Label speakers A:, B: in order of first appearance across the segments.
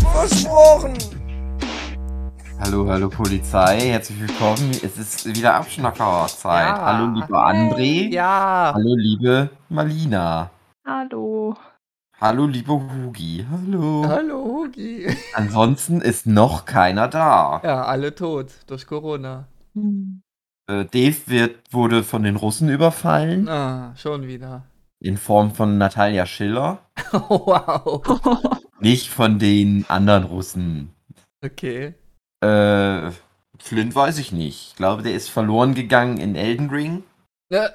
A: Versprochen!
B: Hallo, hallo Polizei, herzlich willkommen. Es ist wieder Abschnackerzeit.
C: Ja.
B: Hallo, lieber André.
C: Ja.
B: Hallo, liebe Malina.
D: Hallo.
B: Hallo, liebe Hugi. Hallo.
C: Hallo, Hugi.
B: Ansonsten ist noch keiner da.
C: Ja, alle tot durch Corona.
D: Hm,
B: Äh, Dave wird, wurde von den Russen überfallen
C: Ah, schon wieder.
B: in Form von Natalia Schiller.
C: Wow.
B: Nicht von den anderen Russen.
C: Okay.
B: Äh, Flint weiß ich nicht. Ich glaube, der ist verloren gegangen in Elden Ring.
C: Ne?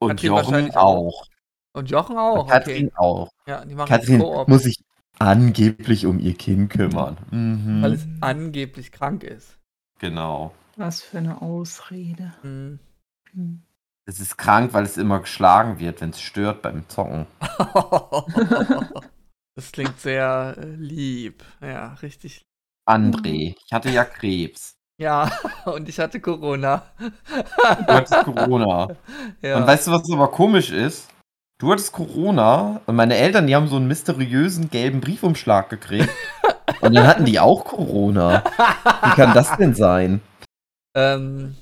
B: Und
C: Katrin
B: Jochen
C: wahrscheinlich
B: auch.
C: Und Jochen auch.
B: Katrin
C: Okay.
B: auch.
C: Ja, die machen
B: Katrin
C: Koop,
B: muss sich angeblich um ihr Kind kümmern. Mhm.
C: weil es angeblich krank ist.
B: genau.
D: Was für eine Ausrede.
C: Hm.
D: Hm.
B: Es ist krank, weil es immer geschlagen wird, wenn es stört beim Zocken.
C: Das klingt sehr äh, lieb. Ja, richtig. Mhm.
B: André, ich hatte ja Krebs.
C: Ja, und ich hatte Corona.
B: Du hattest Corona.
C: Ja.
B: Und weißt du, was aber komisch ist? Du hattest Corona und meine Eltern, die haben so einen mysteriösen gelben Briefumschlag gekriegt. und dann hatten die auch Corona. Wie kann das denn sein?
C: ähm,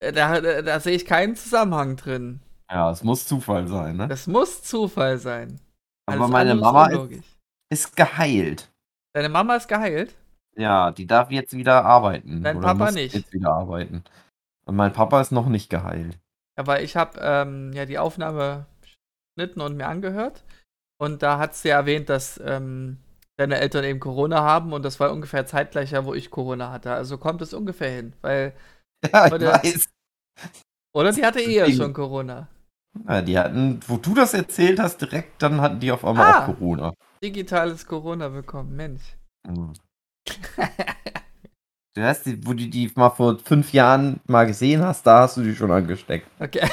C: äh, da, da, da sehe ich keinen Zusammenhang drin.
B: Ja, es muss Zufall sein, ne?
C: Das muss Zufall sein.
B: Aber
C: Alles
B: meine
C: andere ist
B: Mama ist,
C: unlogisch.
B: ist geheilt.
C: Deine Mama ist geheilt?
B: Ja, die darf jetzt wieder arbeiten.
C: Dein
B: oder
C: Papa
B: muss
C: nicht.
B: Jetzt wieder arbeiten. Und mein Papa ist noch nicht geheilt.
C: Aber ich habe ähm, ja die Aufnahme geschnitten und mir angehört. Und da hat sie ja erwähnt, dass ähm, deine Eltern eben Corona haben und das war ungefähr zeitgleich, ja, wo ich Corona hatte. Also kommt es ungefähr hin. Weil,
B: Ja, ich
C: Oder-
B: weiß.
C: oder die hatte eh ja
B: Deswegen.
C: schon Corona.
B: Ja, die hatten, wo du das erzählt hast, direkt, dann hatten die auf einmal
C: Ah.
B: auch Corona.
C: Digitales Corona bekommen, Mensch.
B: Mhm. Du hast die, wo du die mal vor fünf Jahren mal gesehen hast, da hast du die schon angesteckt.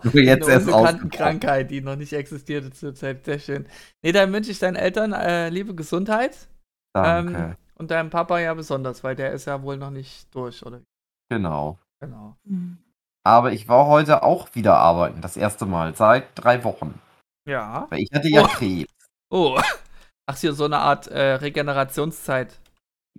C: Okay.
B: Nur jetzt
C: Eine
B: erst
C: unbekannten
B: aufgekommen.
C: Krankheit, die noch nicht existierte zur Zeit. Sehr schön. Nee, dann wünsche ich deinen Eltern äh, liebe Gesundheit.
B: Danke.
C: Ähm, und deinem Papa ja besonders, weil der ist ja wohl noch nicht durch, oder?
B: Genau.
C: Genau.
D: Hm.
B: Aber ich war heute auch wieder arbeiten, das erste Mal, seit drei Wochen.
C: Ja.
B: Weil ich hatte ja
C: Oh.
B: Krebs.
C: Oh. Ach, hier so eine Art äh, Regenerationszeit.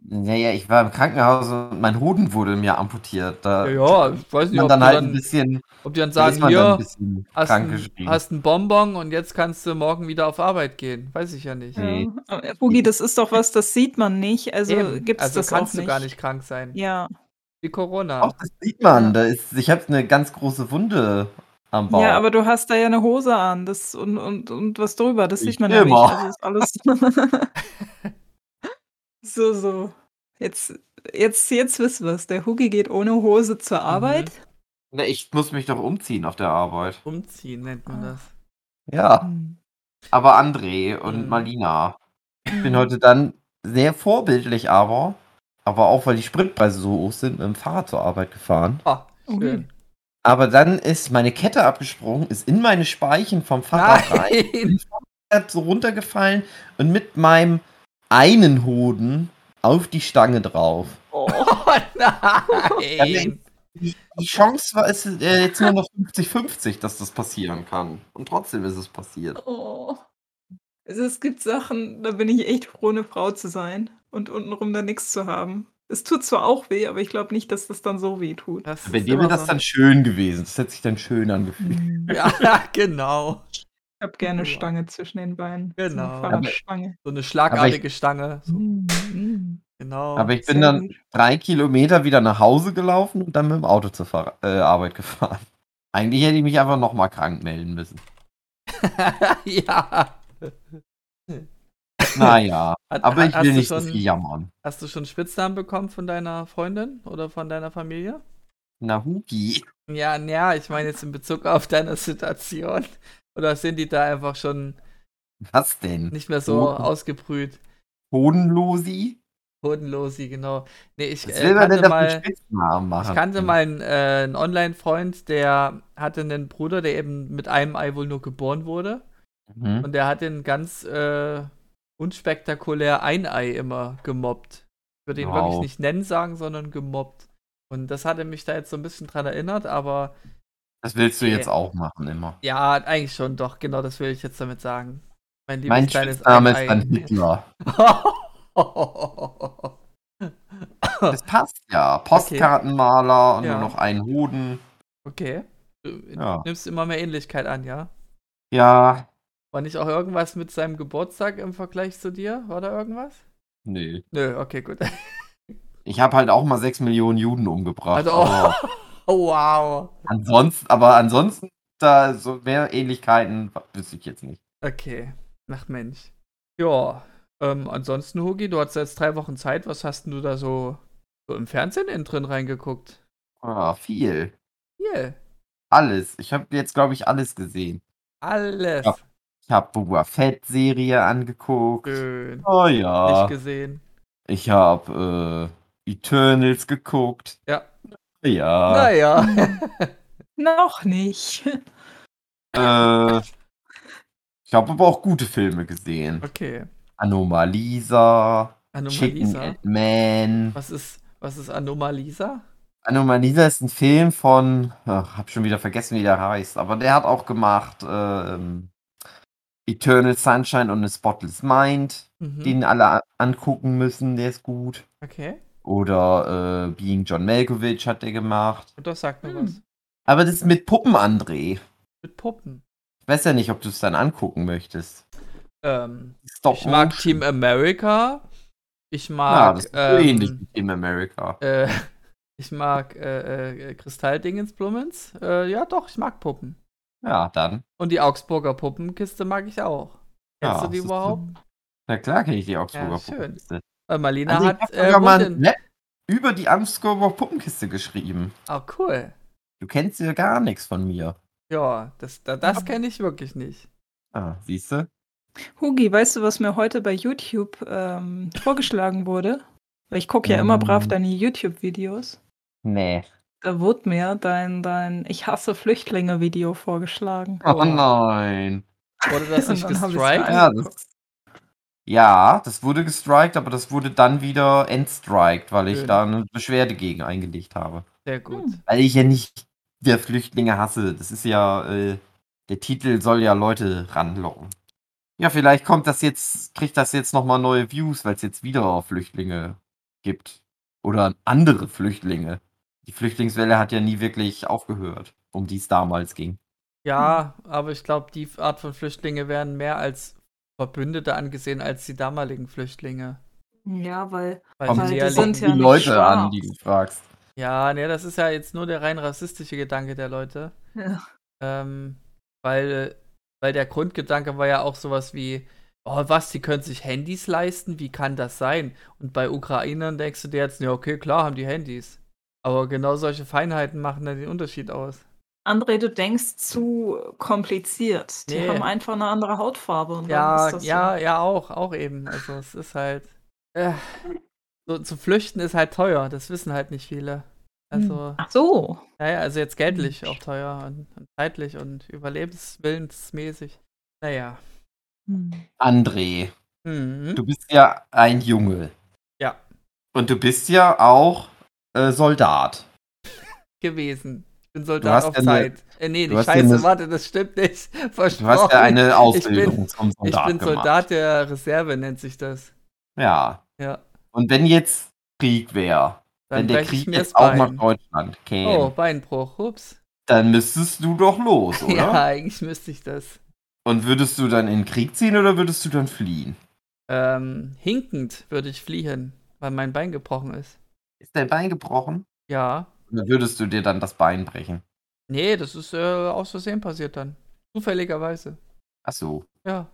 B: Naja, ich war im Krankenhaus und mein Hoden wurde mir amputiert. Da
C: Ja, ja, ich weiß
B: ist
C: nicht,
B: man
C: ob,
B: dann
C: die,
B: halt ein
C: dann,
B: bisschen,
C: ob die dann
B: da ist
C: sagen,
B: man dann ein
C: hier,
B: bisschen
C: hast
B: krank
C: ein,
B: geschrieben.
C: hast ein Bonbon und jetzt kannst du morgen wieder auf Arbeit gehen. Weiß ich ja nicht.
B: Ja. Nee.
D: Ja. aber, äh, Boogie, das ist doch was, das sieht man nicht. Also
C: Eben.
D: gibt es
C: also
D: das
C: kannst
D: auch nicht.
C: du gar nicht krank sein.
D: Ja.
C: Wie Corona.
B: Auch das sieht man. Da ist, ich habe eine ganz große Wunde am Bauch.
D: Ja, aber du hast da ja eine Hose an das und, und, und was drüber. Das
B: Ich
D: sieht man ja nicht.
B: immer.
D: Also ist alles so, so. Jetzt, jetzt, jetzt wissen wir es. Der Hugi geht ohne Hose zur Arbeit.
B: Na, ich muss mich doch umziehen auf der Arbeit.
C: Umziehen nennt man
D: Ah.
C: das.
B: Ja,
D: Hm.
B: aber André und
C: Mhm.
B: Malina. Ich
D: Hm.
B: bin heute dann sehr vorbildlich, aber, aber auch weil die Spritpreise so hoch sind, mit dem Fahrrad zur Arbeit gefahren.
C: Oh,
D: Okay.
C: schön.
B: Aber dann ist meine Kette abgesprungen, ist in meine Speichen vom Fahrrad rein.
C: Nein.
B: hat so runtergefallen und mit meinem einen Hoden auf die Stange drauf.
C: Oh nein.
B: Die Chance war es äh, jetzt nur noch 50-50, dass das passieren kann. Und trotzdem ist es passiert.
D: Oh. Also es gibt Sachen, da bin ich echt froh, eine Frau zu sein und untenrum da nichts zu haben. Es tut zwar auch weh, aber ich glaube nicht, dass das dann so weh tut.
C: Das
B: Bei
C: ist
B: dir wäre
C: immer
B: das
C: so-
B: dann schön gewesen. Das hätte sich dann schön angefühlt.
C: Ja, genau.
D: Ich habe gerne
C: Ja.
D: Stange zwischen den Beinen. So
C: Genau.
D: eine Fahrradstange.
C: So eine schlagartige Stange. So, genau.
B: Aber ich bin
D: Mhm. Sehr
B: dann
D: gut.
B: drei Kilometer wieder nach Hause gelaufen und dann mit dem Auto zur Fahr äh, Arbeit gefahren. Eigentlich hätte ich mich einfach nochmal krank melden müssen.
C: ja.
B: Naja,
C: Hat-
B: aber
C: hat-
B: ich
C: hast
B: will
C: du
B: nicht so
C: schon-
B: viel jammern.
C: Hast du schon Spitznamen bekommen von deiner Freundin oder von deiner Familie?
B: Na, Hugi.
C: Ja, naja, ich meine jetzt in Bezug auf deine Situation. Oder sind die da einfach schon
B: Was denn?
C: nicht mehr so
B: Oh.
C: ausgebrüht?
B: Hodenlosi?
C: Hodenlosi, genau. Nee, ich
B: Was
C: äh,
B: will man denn da
C: kannte
B: für einen
C: mal,
B: Spitznamen machen?
C: ich kannte mal einen, äh, einen Online-Freund, der hatte einen Bruder, der eben mit einem Ei wohl nur geboren wurde.
B: Mhm.
C: Und der hat den ganz äh, unspektakulär Einei immer gemobbt. Ich würde ihn
B: Wow.
C: wirklich nicht nennen sagen, sondern gemobbt. Und das hatte mich da jetzt so ein bisschen dran erinnert, aber
B: Das willst du
C: Nee.
B: jetzt auch machen immer.
C: ja, eigentlich schon doch, genau das will ich jetzt damit sagen. Mein liebes
B: Mein
C: kleines
B: Spitzname
C: Einei.
B: ist dann Hitler. Das passt ja. Postkartenmaler und
C: Ja.
B: nur noch einen Hoden.
C: okay. Du
B: Ja.
C: nimmst immer mehr Ähnlichkeit an, ja?
B: Ja,
C: War nicht auch irgendwas mit seinem Geburtstag im Vergleich zu dir? War da irgendwas?
B: nee.
C: Nö, okay, gut.
B: Ich habe halt auch mal 6 Millionen Juden umgebracht.
C: Also,
B: aber,
C: Oh, wow.
B: ansonsten, aber ansonsten, da so mehr Ähnlichkeiten wüsste ich jetzt nicht.
C: Okay. Ach Mensch. Ja. Ähm, ansonsten, Hugi, du hast jetzt drei Wochen Zeit. Was hast denn du da so, so im Fernsehen innen drin reingeguckt?
B: Ah, viel.
C: Hier.
B: Alles. Ich habe jetzt, glaube ich, alles gesehen.
C: Alles.
B: Ja. Ich habe Boba Fett-Serie angeguckt.
C: Schön.
B: Oh
C: Äh, Nicht
B: ja.
C: gesehen.
B: Ich habe äh, Eternals geguckt.
C: Ja.
B: Ja.
C: Naja.
D: Noch nicht.
B: Äh, ich habe aber auch gute Filme gesehen.
C: okay.
B: Anomalisa,
C: Anomalisa.
B: Chicken and Man.
C: Was ist, was ist Anomalisa?
B: Anomalisa ist ein Film von, ach, hab schon wieder vergessen, wie der heißt, aber der hat auch gemacht ähm, Eternal Sunshine und a Spotless Mind,
C: Mhm.
B: den alle a- angucken müssen, der ist gut.
C: Okay.
B: Oder äh, Being John Malkovich hat der gemacht.
C: Und das sagt mir
D: Hm.
C: was.
B: Aber das ist mit Puppen, André. Ich
C: Mit Puppen.
B: weiß ja nicht, ob du es dann angucken möchtest.
C: Ähm,
B: Stop
C: ich mag
B: Motion.
C: Team America. Ich
B: Ja,
C: mag.
B: das ist
C: ähm,
B: ähnlich wie Team America.
C: Äh, ich mag äh, äh, Kristalldingensblummens. Äh, ja, doch, ich mag Puppen.
B: Ja, dann.
C: Und die Augsburger Puppenkiste mag ich auch. Kennst
B: ja,
C: du
B: das
C: die
B: ist-
C: überhaupt?
B: Na klar kenne ich die Augsburger
C: schön.
B: Puppenkiste.
C: Äh, Marlena
B: Also ich
C: hat.
B: habe
C: Äh,
B: sogar mal ein
C: Rundin-
B: Rap über die Augsburger Puppenkiste geschrieben.
C: Ah, cool.
B: Du kennst ja gar nichts von mir.
C: Ja, das, da, das kenne ich wirklich nicht.
B: Ah, siehst du?
D: Hugi, weißt du, was mir heute bei YouTube ähm, vorgeschlagen wurde? Weil ich gucke ja immer
B: Mm.
D: brav deine YouTube-Videos.
B: Nee.
D: Da wurde mir dein, dein Ich hasse Flüchtlinge-Video vorgeschlagen.
B: Oh,
C: Oh.
B: nein.
C: Wurde das
D: Und
C: nicht
D: dann hab ich's
C: gestrikt?
D: rein.
B: Ja das, ja, das wurde gestrikt, aber das wurde dann wieder entstrikt, weil ich
C: Schön.
B: da eine Beschwerde gegen eingelegt habe.
C: Sehr gut.
D: Hm.
B: Weil ich ja nicht der Flüchtlinge hasse. Das ist ja, äh, der Titel soll ja Leute ranlocken. Ja, vielleicht kommt das jetzt, kriegt das jetzt nochmal neue Views, weil es jetzt wieder Flüchtlinge gibt. Oder andere Flüchtlinge. Die Flüchtlingswelle hat ja nie wirklich aufgehört, um die es damals ging.
C: Ja, aber ich glaube, die Art von Flüchtlinge werden mehr als Verbündete angesehen als die damaligen Flüchtlinge.
D: Ja, weil
C: Weil
B: Kommt
C: sie
D: die
C: ja
D: sind
C: nicht-
D: ja
B: die
D: nicht
B: Leute
D: schwarz.
B: an, die du fragst.
C: Ja, ne, das ist ja jetzt nur der rein rassistische Gedanke der Leute.
D: Ja.
C: Ähm, weil, weil der Grundgedanke war ja auch sowas wie, oh was, die können sich Handys leisten, wie kann das sein? Und bei Ukrainern denkst du dir jetzt, ja okay, klar haben die Handys. Aber genau solche Feinheiten machen dann den Unterschied aus.
D: André, du denkst zu kompliziert. Die
C: Nee.
D: haben einfach eine andere Hautfarbe. Und dann ist
C: Ja,
D: das
C: ja, ja, auch, auch eben. Also es ist halt, äh, so zu flüchten ist halt teuer, das wissen halt nicht viele.
D: So.
C: Also,
D: Ach so.
C: Naja, also jetzt geldlich auch teuer und, und zeitlich und überlebenswillensmäßig. Naja.
D: Hm.
B: André,
C: Mhm.
B: du bist ja ein Junge.
C: Ja.
B: Und du bist ja auch äh, Soldat.
C: gewesen. Ich bin
B: Du
C: Soldat
B: hast
C: auf
B: ja eine-
C: Zeit. Äh, nee,
B: du
C: die
B: hast ja
C: Scheiße,
B: eine-
C: warte, das stimmt nicht. Versprochen.
B: Du hast ja eine Ausbildung
C: bin-
B: zum
C: Ich
B: Soldat
C: bin
B: gemacht.
C: Soldat der Reserve, nennt sich das.
B: Ja.
C: Ja.
B: Und wenn jetzt Krieg wäre,
C: Dann
B: wenn der
C: breche ich
B: Krieg
C: mir das
B: jetzt auch nach
C: Bein.
B: Deutschland käme,
C: Oh, Beinbruch, ups.
B: dann müsstest du doch los, oder?
C: Ja, eigentlich müsste ich das.
B: Und würdest du dann in den Krieg ziehen oder würdest du dann fliehen?
C: Ähm, hinkend würde ich fliehen, weil mein Bein gebrochen ist.
B: Ist dein Bein gebrochen?
C: Ja.
B: Oder würdest du dir dann das Bein brechen?
C: Nee, das ist äh, aus Versehen passiert dann. Zufälligerweise.
B: Ach so.
C: Ja.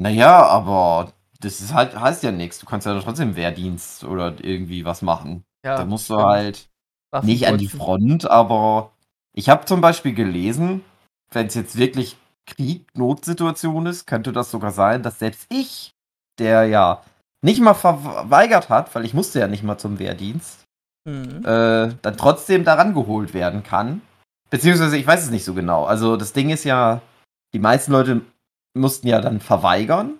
B: Naja, aber das ist halt, heißt ja nichts. Du kannst ja trotzdem Wehrdienst oder irgendwie was machen.
C: ja
B: da musst du
C: stimmt.
B: halt
C: Waffen
B: nicht an die
C: putzen.
B: Front, aber ich habe zum Beispiel gelesen, wenn es jetzt wirklich Krieg, Notsituation ist, könnte das sogar sein, dass selbst ich, der ja nicht mal verweigert hat, weil ich musste ja nicht mal zum Wehrdienst,
C: Mhm.
B: äh, dann trotzdem daran geholt werden kann. Beziehungsweise ich weiß es nicht so genau. Also das Ding ist ja, die meisten Leute mussten ja dann verweigern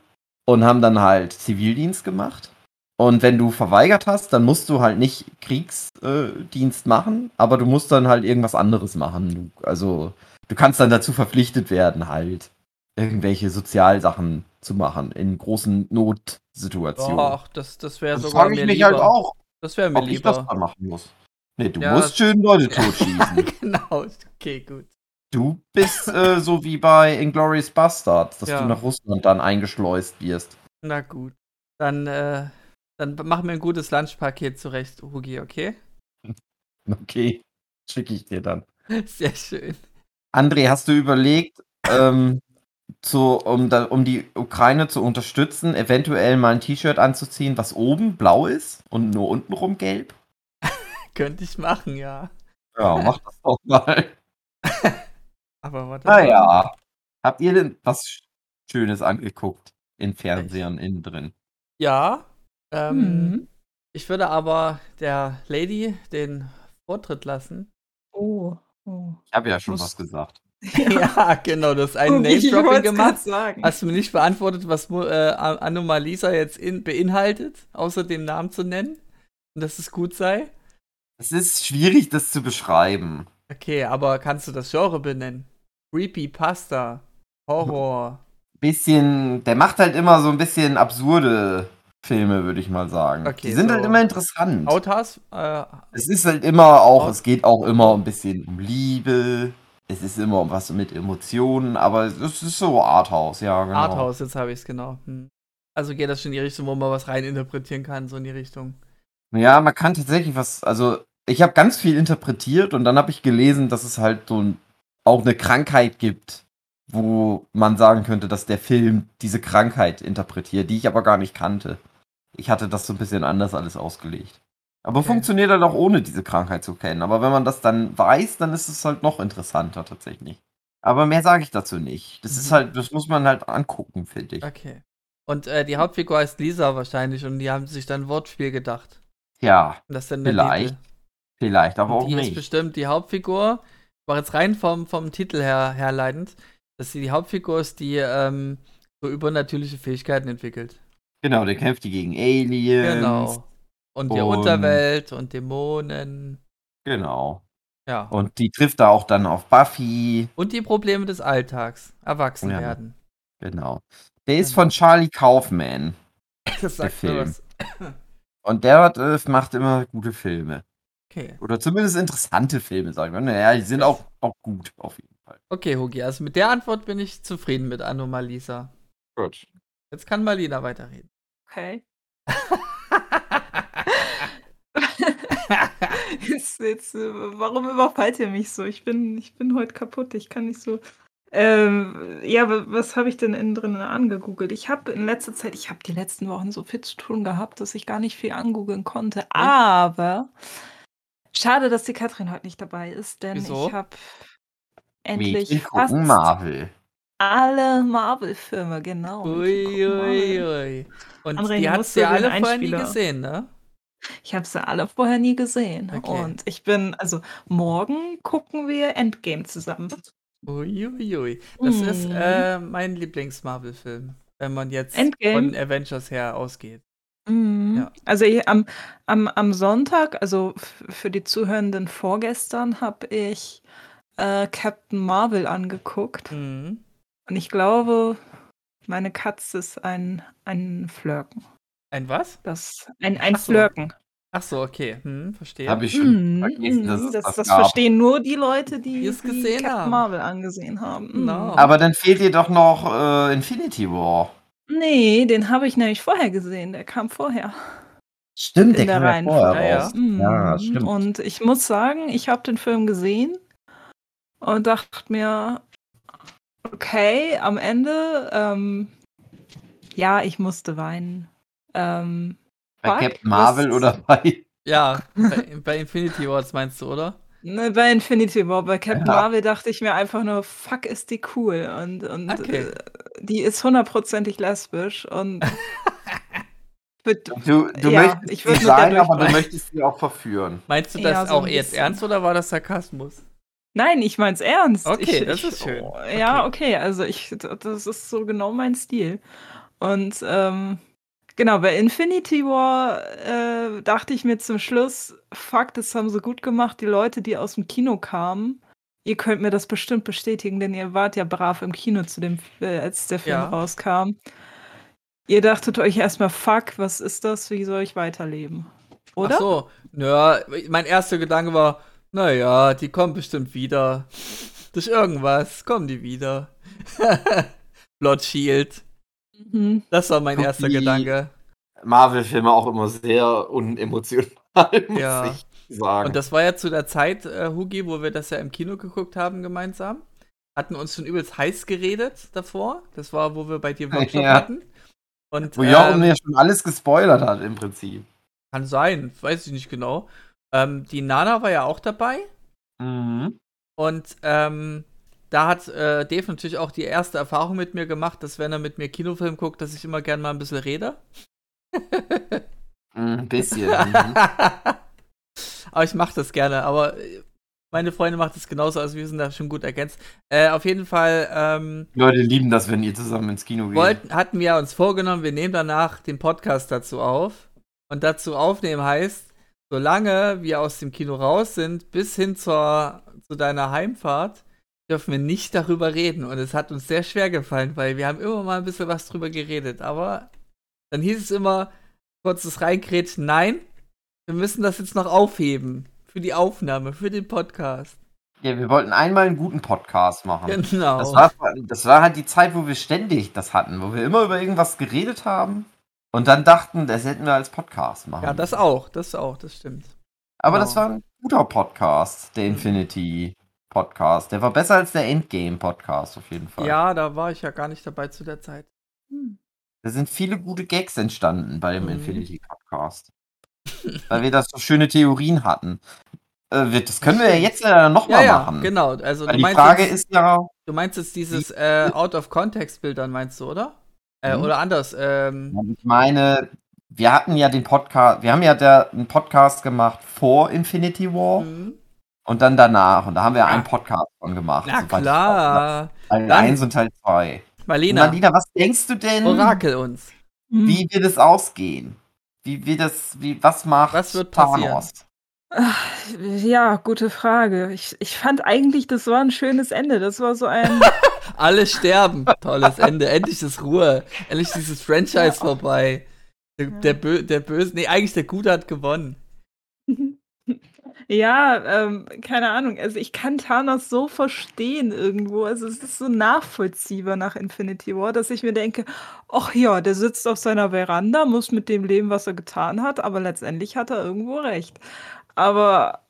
B: und haben dann halt Zivildienst gemacht. Und wenn du verweigert hast, dann musst du halt nicht Kriegsdienst machen, aber du musst dann halt irgendwas anderes machen. Du- Also du kannst dann dazu verpflichtet werden, halt irgendwelche Sozialsachen zu machen in großen Notsituationen.
C: Doch, das, das wäre
B: Dann
C: sogar
B: frage
C: mir
B: ich mich
C: lieber.
B: halt auch,
C: Das wäre mir
B: ob ich das
C: lieber.
B: dann machen muss. Nee, du
C: Ja, das-
B: musst schön Leute totschießen.
C: genau, okay, gut.
B: Du bist äh, so wie bei Inglourious Bastards, dass
C: Ja.
B: du nach Russland dann eingeschleust wirst.
C: Na gut. Dann, äh, dann machen wir ein gutes Lunchpaket zurecht, Hugi, okay?
B: Okay, schicke ich dir dann.
C: Sehr schön.
B: André, hast du überlegt, ähm, zu, um, da, um die Ukraine zu unterstützen, eventuell mal ein T-Shirt anzuziehen, was oben blau ist und nur untenrum gelb?
C: Könnte ich machen, ja.
B: Ja, mach das doch mal.
C: Aber warte.
B: Ah,
C: mal.
B: Naja, habt ihr denn was Schönes angeguckt in Fernsehern innen drin?
C: Ja. Ähm,
D: Mhm.
C: Ich würde aber der Lady den Vortritt lassen.
D: Oh. oh.
B: Ich habe ja schon
D: Muss-
B: was gesagt.
C: Ja, genau, das ist ein
D: Guck, ich
C: Name-Dropping
D: wollt's grad
C: gemacht. Also
D: sagen.
C: Hast du mir nicht beantwortet, was Mu- äh, A- Anomalisa jetzt in, beinhaltet, außer dem Namen zu nennen und dass es gut sei?
B: Es ist schwierig, das zu beschreiben.
C: Okay, aber kannst du das Genre benennen? Creepy Pasta, Horror.
B: Bisschen, der macht halt immer so ein bisschen absurde Filme, würde ich mal sagen.
C: Okay,
B: Die sind
C: so-
B: halt immer interessant.
C: Outhouse? Äh,
B: Es ist halt immer auch,
C: Out-
B: es geht auch immer ein bisschen um Liebe. Es ist immer um was mit Emotionen, aber es ist so Arthouse, ja, genau.
C: Arthouse, jetzt habe ich es genau. Hm. Also geht das schon in die Richtung, wo man was reininterpretieren kann, so in die Richtung.
B: Ja, man kann tatsächlich was, also ich habe ganz viel interpretiert und dann habe ich gelesen, dass es halt so ein, auch eine Krankheit gibt, wo man sagen könnte, dass der Film diese Krankheit interpretiert, die ich aber gar nicht kannte. Ich hatte das so ein bisschen anders alles ausgelegt. Aber
C: Okay.
B: funktioniert halt auch ohne diese Krankheit zu kennen. Aber wenn man das dann weiß, dann ist es halt noch interessanter tatsächlich. Aber mehr sage ich dazu nicht. Das ist
C: Mhm.
B: halt, das muss man halt angucken, finde ich.
C: Okay. Und äh, die Hauptfigur heißt Lisa wahrscheinlich und die haben sich dann ein Wortspiel gedacht.
B: Ja,
C: Und das ist dann der
B: Vielleicht.
C: Titel.
B: vielleicht, aber auch
C: die ist
B: nicht.
C: bestimmt die Hauptfigur. Ich mache jetzt rein vom, vom Titel her herleitend, dass sie die Hauptfigur ist, die ähm, so übernatürliche Fähigkeiten entwickelt.
B: Genau, der kämpft die gegen Aliens.
C: genau. Und der
B: Ähm, und-
C: Unterwelt und Dämonen.
B: Genau.
C: Ja. Und,
B: Und die trifft da auch dann auf Buffy.
C: die Probleme des Alltags. Erwachsen
B: Ja.
C: werden.
B: Genau. Der ist
C: Genau.
B: von Charlie Kaufman.
C: Das sagt
B: Film.
C: mir was.
B: Und der hat, äh, macht immer gute Filme.
C: Okay.
B: Oder zumindest interessante Filme, sagen wir. Naja, die sind auch, auch gut, auf jeden Fall.
C: Okay, Hugi, also mit der Antwort bin ich zufrieden mit Anomalisa.
B: Gut.
C: Jetzt kann Marlina weiterreden.
D: Okay. jetzt, jetzt, äh, warum überfallt ihr mich so? Ich bin, ich bin heute kaputt. Ich kann nicht so. Ähm, ja, wa- was habe ich denn innen drin angegoogelt? Ich habe in letzter Zeit, ich habe die letzten Wochen so viel zu tun gehabt, dass ich gar nicht viel angoogeln
C: Hm.
D: konnte. Aber schade, dass die Katrin heute nicht dabei ist, denn
C: Wieso?
D: ich habe endlich
B: Mädchen
D: fast
B: gucken Marvel.
D: alle Marvel-Filme, genau. Mädchen
C: Ui,
D: gucken
C: ui,
D: Marvel.
C: ui. Und
D: André,
C: die
D: du
C: hat
D: musst
C: ja
D: dir den
C: alle vorher nie
D: Einspieler-
C: gesehen, ne?
D: Ich habe sie alle vorher nie gesehen.
C: Okay.
D: Und ich bin, also morgen gucken wir Endgame zusammen.
C: Uiuiui. Das
D: Mhm.
C: ist äh, mein Lieblings-Marvel-Film, wenn man jetzt
D: Endgame?
C: von Avengers her ausgeht.
D: Mhm.
C: Ja.
D: Also ich, am, am, am Sonntag, also f- für die Zuhörenden vorgestern, habe ich äh, Captain Marvel angeguckt.
C: Mhm.
D: Und ich glaube, meine Katze ist ein, ein Flirken.
C: Ein was?
D: Das, ein, ein
C: Ach so.
D: Flirken.
C: Ach so, okay. Hm, verstehe.
B: Habe ich schon
D: Mhm,
B: vergessen, dass
D: mhm.
B: es
D: das,
B: das,
D: das
B: gab.
D: verstehen nur die Leute, die,
C: Die es
D: die
C: gesehen
D: Captain
C: haben.
D: Marvel angesehen haben. Mhm.
C: Genau.
B: Aber dann fehlt dir doch noch äh, Infinity War.
D: Nee, den habe ich nämlich vorher gesehen. Der kam vorher.
B: Stimmt,
D: In der
B: kam ja
D: Reihenfolge.
B: vorher
C: Ja,
B: raus.
D: Mhm.
B: Ja, stimmt.
D: Und ich muss sagen, ich habe den Film gesehen und dachte mir, okay, am Ende, ähm, ja, ich musste weinen. Ähm,
B: bei
D: fuck,
B: Captain Marvel
D: das-
B: oder bei.
C: Ja, bei, bei Infinity Wars meinst du, oder?
D: Ne, bei Infinity War, bei Captain
B: Ja.
D: Marvel dachte ich mir einfach nur, fuck, ist die cool. Und, und
C: Okay.
D: äh, die ist hundertprozentig lesbisch und Wird-
B: Du, du
D: Ja,
B: möchtest
D: ich
B: ich
D: würd
B: sie
D: mit der
B: sein, aber du
D: durchfallen.
B: möchtest sie auch verführen.
C: Meinst du das
D: Ja, so
C: auch
D: ein
C: jetzt
D: bisschen.
C: ernst oder war das Sarkasmus?
D: Nein, ich mein's ernst.
C: Okay,
D: ich,
C: das
D: ich,
C: ist schön.
D: Oh, Ja, okay, also ich, das ist so genau mein Stil. Und ähm, genau, bei Infinity War äh, dachte ich mir zum Schluss, fuck, das haben sie gut gemacht, die Leute, die aus dem Kino kamen. Ihr könnt mir das bestimmt bestätigen, denn ihr wart ja brav im Kino zu dem, äh, als der Film
C: Ja.
D: rauskam. Ihr dachtet euch erstmal, fuck, was ist das? Wie soll ich weiterleben? Oder?
C: Ach so. Naja, mein erster Gedanke war, naja, die kommen bestimmt wieder. Durch irgendwas kommen die wieder. Blood Shield.
D: Mhm.
C: Das war mein
B: Guck
C: erster
B: die-
C: Gedanke.
B: Marvel-Filme auch immer sehr unemotional, muss
C: Ja.
B: ich sagen.
C: Und das war ja zu der Zeit, äh, Hugi, wo wir das ja im Kino geguckt haben gemeinsam. Hatten uns schon übelst heiß geredet davor. Das war, wo wir bei dir Workshop
B: Ja.
C: hatten. Und,
B: Wo Jochen
C: ähm,
B: mir schon alles gespoilert hat im Prinzip.
C: kann sein, weiß ich nicht genau. Ähm, die Nana war ja auch dabei.
B: Mhm.
C: Und ähm, da hat äh, Dave natürlich auch die erste Erfahrung mit mir gemacht, dass wenn er mit mir Kinofilm guckt, dass ich immer gern mal ein bisschen rede.
B: Ein bisschen. mhm.
C: aber ich mache das gerne, aber äh, meine Freunde macht das genauso, also wir sind da schon gut ergänzt. Äh, auf jeden Fall ähm,
B: Die Leute lieben das, wenn ihr zusammen ins Kino geht.
C: wollten, hatten wir uns vorgenommen, wir nehmen danach den Podcast dazu auf. Und dazu aufnehmen heißt, solange wir aus dem Kino raus sind, bis hin zur, zu deiner Heimfahrt, dürfen wir nicht darüber reden. Und es hat uns sehr schwer gefallen, weil wir haben immer mal ein bisschen was drüber geredet. Aber dann hieß es immer, kurzes Reinkrätschen, nein, wir müssen das jetzt noch aufheben. Für die Aufnahme, für den Podcast.
B: Ja, wir wollten einmal einen guten Podcast machen.
C: Genau.
B: Das war, das war halt die Zeit, wo wir ständig das hatten, wo wir immer über irgendwas geredet haben und dann dachten, das hätten wir als Podcast machen.
C: ja, das auch, das auch, das stimmt.
B: Aber
C: genau. Mhm.
B: das war ein guter Podcast, der Infinity Podcast. Der war besser als der Endgame Podcast auf jeden Fall.
C: Ja, da war ich ja gar nicht dabei zu der Zeit.
B: Da sind viele gute Gags entstanden bei dem
C: Mhm.
B: Infinity Podcast. weil wir da so schöne Theorien hatten. Äh, wir- das können wir ja jetzt leider
C: Ja,
B: nochmal
C: ja,
B: machen.
C: genau. Also
B: Weil
C: du
B: die
C: meinst,
B: Frage
C: jetzt,
B: ist ja,
C: du meinst jetzt dieses äh, Out-of-Context-Bild dann, meinst du, oder? Äh,
B: Mhm.
C: Oder anders. Ähm,
B: ich meine, wir hatten ja den Podcast, wir haben ja da einen Podcast gemacht vor Infinity War
C: mhm.
B: und dann danach. Und da haben wir einen
C: Ja.
B: Podcast von gemacht.
C: Na
B: soweit ich weiß,
C: klar.
B: ne? Teil
C: Dann-
B: 1 und Teil 2.
C: Marlena,
B: Marlina, was denkst du denn,
C: orakel uns.
D: Mhm.
B: wie wird es ausgehen? Wie wird das, wie, was macht
C: Was wird
B: Thanos?
D: Ja, gute Frage. Ich, ich fand eigentlich, das war ein schönes Ende. Das war so ein.
C: Alle sterben. Tolles Ende. Endlich ist Ruhe. Endlich ist dieses Franchise vorbei. Der,
D: Ja.
C: der, Bö der Böse, nee, eigentlich der Gute hat gewonnen.
D: ja, ähm, keine Ahnung. Also, ich kann Thanos so verstehen irgendwo. Also, es ist so nachvollziehbar nach Infinity War, dass ich mir denke: Ach ja, der sitzt auf seiner Veranda, muss mit dem leben, was er getan hat, aber letztendlich hat er irgendwo recht. Aber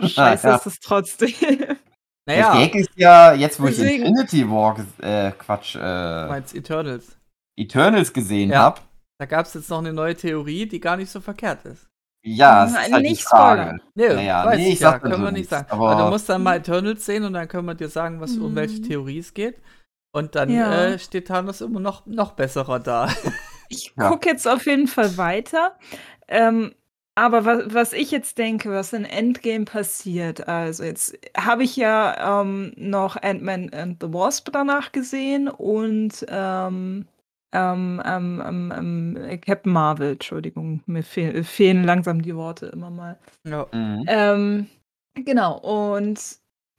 D: scheiße
B: Ja.
D: ist es trotzdem.
B: Der
C: Naja,
B: Gag ist ja, jetzt wo ich
D: Deswegen-
B: Infinity War, ges- äh, Quatsch, äh,
C: meinst Eternals.
B: Eternals gesehen
C: Ja.
B: habe.
C: Da gab es jetzt noch eine neue Theorie, die gar nicht so verkehrt ist.
B: Ja, es ist
D: Nein,
B: halt die
D: nicht
B: Frage.
D: spoilern.
C: Nee,
B: Naja,
C: weiß
B: nee,
C: ich
B: ich
C: ja,
B: sag dann
C: können
B: so
C: wir nicht
B: nichts,
C: sagen.
B: aber- hm.
C: Aber du musst dann mal Eternals sehen und dann können wir dir sagen, was, um welche
D: Mhm.
C: Theorie es geht. Und dann
D: Ja.
C: äh, steht Thanos immer noch, noch besserer da.
D: Ich
B: Ja.
D: gucke jetzt auf jeden Fall weiter. Ähm, aber was, was ich jetzt denke, was in Endgame passiert, also jetzt habe ich ja ähm, noch Ant-Man and the Wasp danach gesehen und ähm, ähm, ähm, ähm, ähm, Captain Marvel, Entschuldigung, mir fehl, fehlen langsam die Worte immer mal.
C: Ja.
B: Mhm.
D: Ähm, genau, und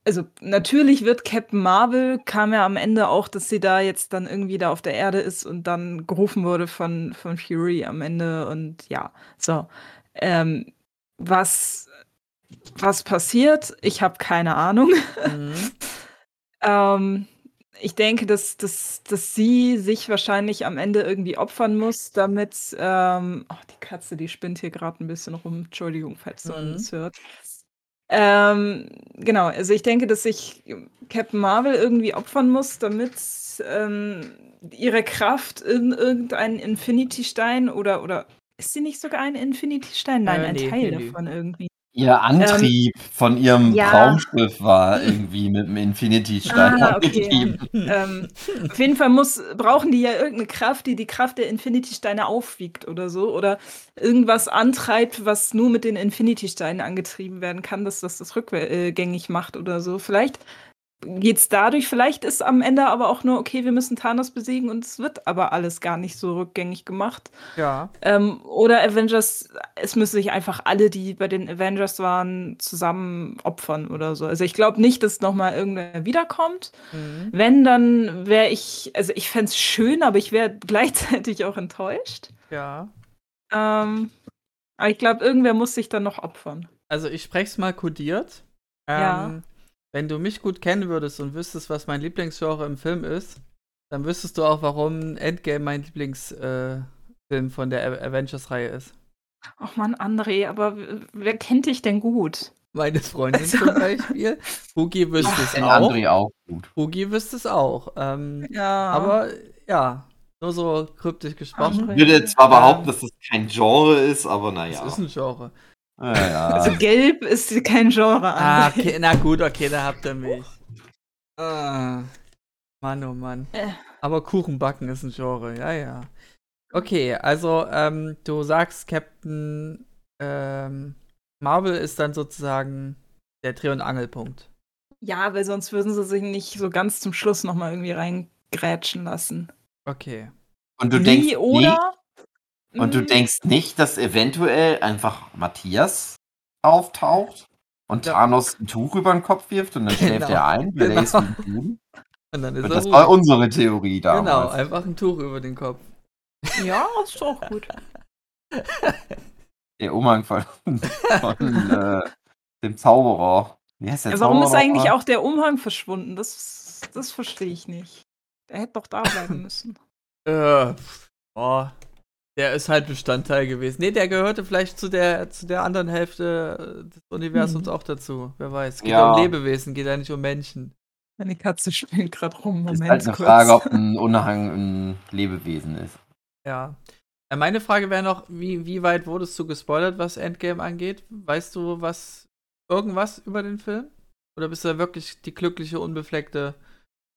D: also natürlich wird Captain Marvel, kam ja am Ende auch, dass sie da jetzt dann irgendwie da auf der Erde ist und dann gerufen wurde von, von Fury am Ende und ja, so. Ähm, was, was passiert? Ich habe keine Ahnung.
C: Mhm.
D: Ähm, ich denke, dass, dass, dass sie sich wahrscheinlich am Ende irgendwie opfern muss, damit. Ähm, oh, die Katze, die spinnt hier gerade ein bisschen rum. Entschuldigung, falls du
C: Mhm.
D: uns hört. Ähm, genau, also ich denke, dass sich Captain Marvel irgendwie opfern muss, damit ähm, ihre Kraft in irgendeinen Infinity-Stein oder, oder ist sie nicht sogar ein Infinity-Stein? Nein,
C: Äh,
D: ein
C: nee,
D: Teil
C: nee, nee.
D: davon irgendwie.
B: Ihr Antrieb von ihrem
D: ja.
B: Raumschiff war irgendwie mit dem Infinity-Stein
D: Ah, okay.
B: angetrieben.
D: ähm, auf jeden Fall muss, brauchen die ja irgendeine Kraft, die die Kraft der Infinity-Steine aufwiegt oder so. Oder irgendwas antreibt, was nur mit den Infinity-Steinen angetrieben werden kann, dass das das rückgängig macht oder so. Vielleicht geht es dadurch, vielleicht ist am Ende aber auch nur, okay, wir müssen Thanos besiegen und es wird aber alles gar nicht so rückgängig gemacht.
C: Ja.
D: Ähm, oder Avengers, es müssen sich einfach alle, die bei den Avengers waren, zusammen opfern oder so. Also ich glaube nicht, dass nochmal irgendwer wiederkommt.
C: Mhm.
D: Wenn, dann wäre ich, also ich fände es schön, aber ich wäre gleichzeitig auch enttäuscht.
C: Ja.
D: Ähm, aber ich glaube, irgendwer muss sich dann noch opfern.
C: Also ich sprech's mal kodiert. Ähm,
D: Ja.
C: Wenn du mich gut kennen würdest und wüsstest, was mein Lieblingsgenre im Film ist, dann wüsstest du auch, warum Endgame mein Lieblingsfilm äh, Film von der A- Avengers-Reihe ist.
D: Ach man, André, aber w- wer kennt dich denn gut?
C: Meine Freundin
D: Also-
C: zum Beispiel. Hugi wüsste es
B: Den
C: auch.
B: André auch gut.
C: Hugi wüsste es auch. Ähm,
D: Ja.
C: Aber ja, nur so kryptisch gesprochen.
D: André.
B: Ich würde zwar behaupten, dass das kein Genre ist, aber naja.
C: Das ist ein Genre.
B: Ja,
D: also
B: ja.
D: gelb ist kein Genre.
C: Ah,
D: André.
C: okay, na gut, okay, da habt ihr mich. Ah, Mann, oh Mann.
D: Äh.
C: Aber Kuchenbacken ist ein Genre, ja, ja. Okay, also ähm, du sagst, Captain ähm, Marvel ist dann sozusagen der Dreh- und Angelpunkt.
D: Ja, weil sonst würden sie sich nicht so ganz zum Schluss nochmal irgendwie reingrätschen lassen.
C: Okay.
B: Und du
D: Nie
B: denkst, nicht,
D: oder?
B: und du
D: Mm,
B: denkst nicht, dass eventuell einfach Matthias auftaucht und
C: Ja.
B: Thanos ein Tuch über den Kopf wirft und dann schläft
C: Genau.
B: er ein, weil
C: Genau.
B: er ist wie ein Duden.
C: Und dann ist
B: Und
C: er
B: das
C: ruhig.
B: war unsere Theorie
C: Genau,
B: damals.
C: einfach ein Tuch über den Kopf.
D: Ja, ist doch gut.
B: Der Umhang von, von äh, dem Zauberer. Wie heißt der
D: Warum ist
B: Zauberer
D: eigentlich
B: nochmal?
D: auch der Umhang verschwunden? Das, das verstehe ich nicht. Der hätte doch da bleiben müssen.
C: Äh, boah. Der ist halt Bestandteil gewesen. Nee, der gehörte vielleicht zu der, zu der anderen Hälfte äh, des Universums
D: Mhm.
C: auch dazu. Wer weiß. Geht
B: Ja.
C: ja um Lebewesen, geht ja nicht um Menschen.
D: Meine Katze spielt gerade rum. Moment,
B: ist halt eine
D: kurz.
B: Frage, ob ein Unhang ein Lebewesen ist.
C: Ja. Äh, Meine Frage wäre noch, wie, wie weit wurdest du gespoilert, was Endgame angeht? Weißt du was, irgendwas über den Film? Oder bist du da wirklich die glückliche, unbefleckte,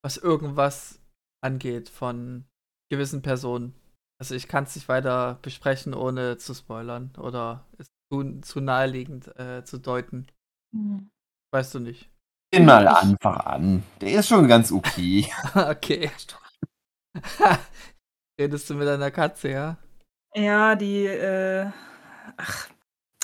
C: was irgendwas angeht von gewissen Personen? Also ich kann es nicht weiter besprechen, ohne zu spoilern. Oder ist zu, zu naheliegend äh, zu deuten.
D: Hm.
C: Weißt du nicht.
B: Geh mal einfach an. Der ist schon ganz okay.
C: okay. Redest du mit einer Katze, ja?
D: Ja, die, äh,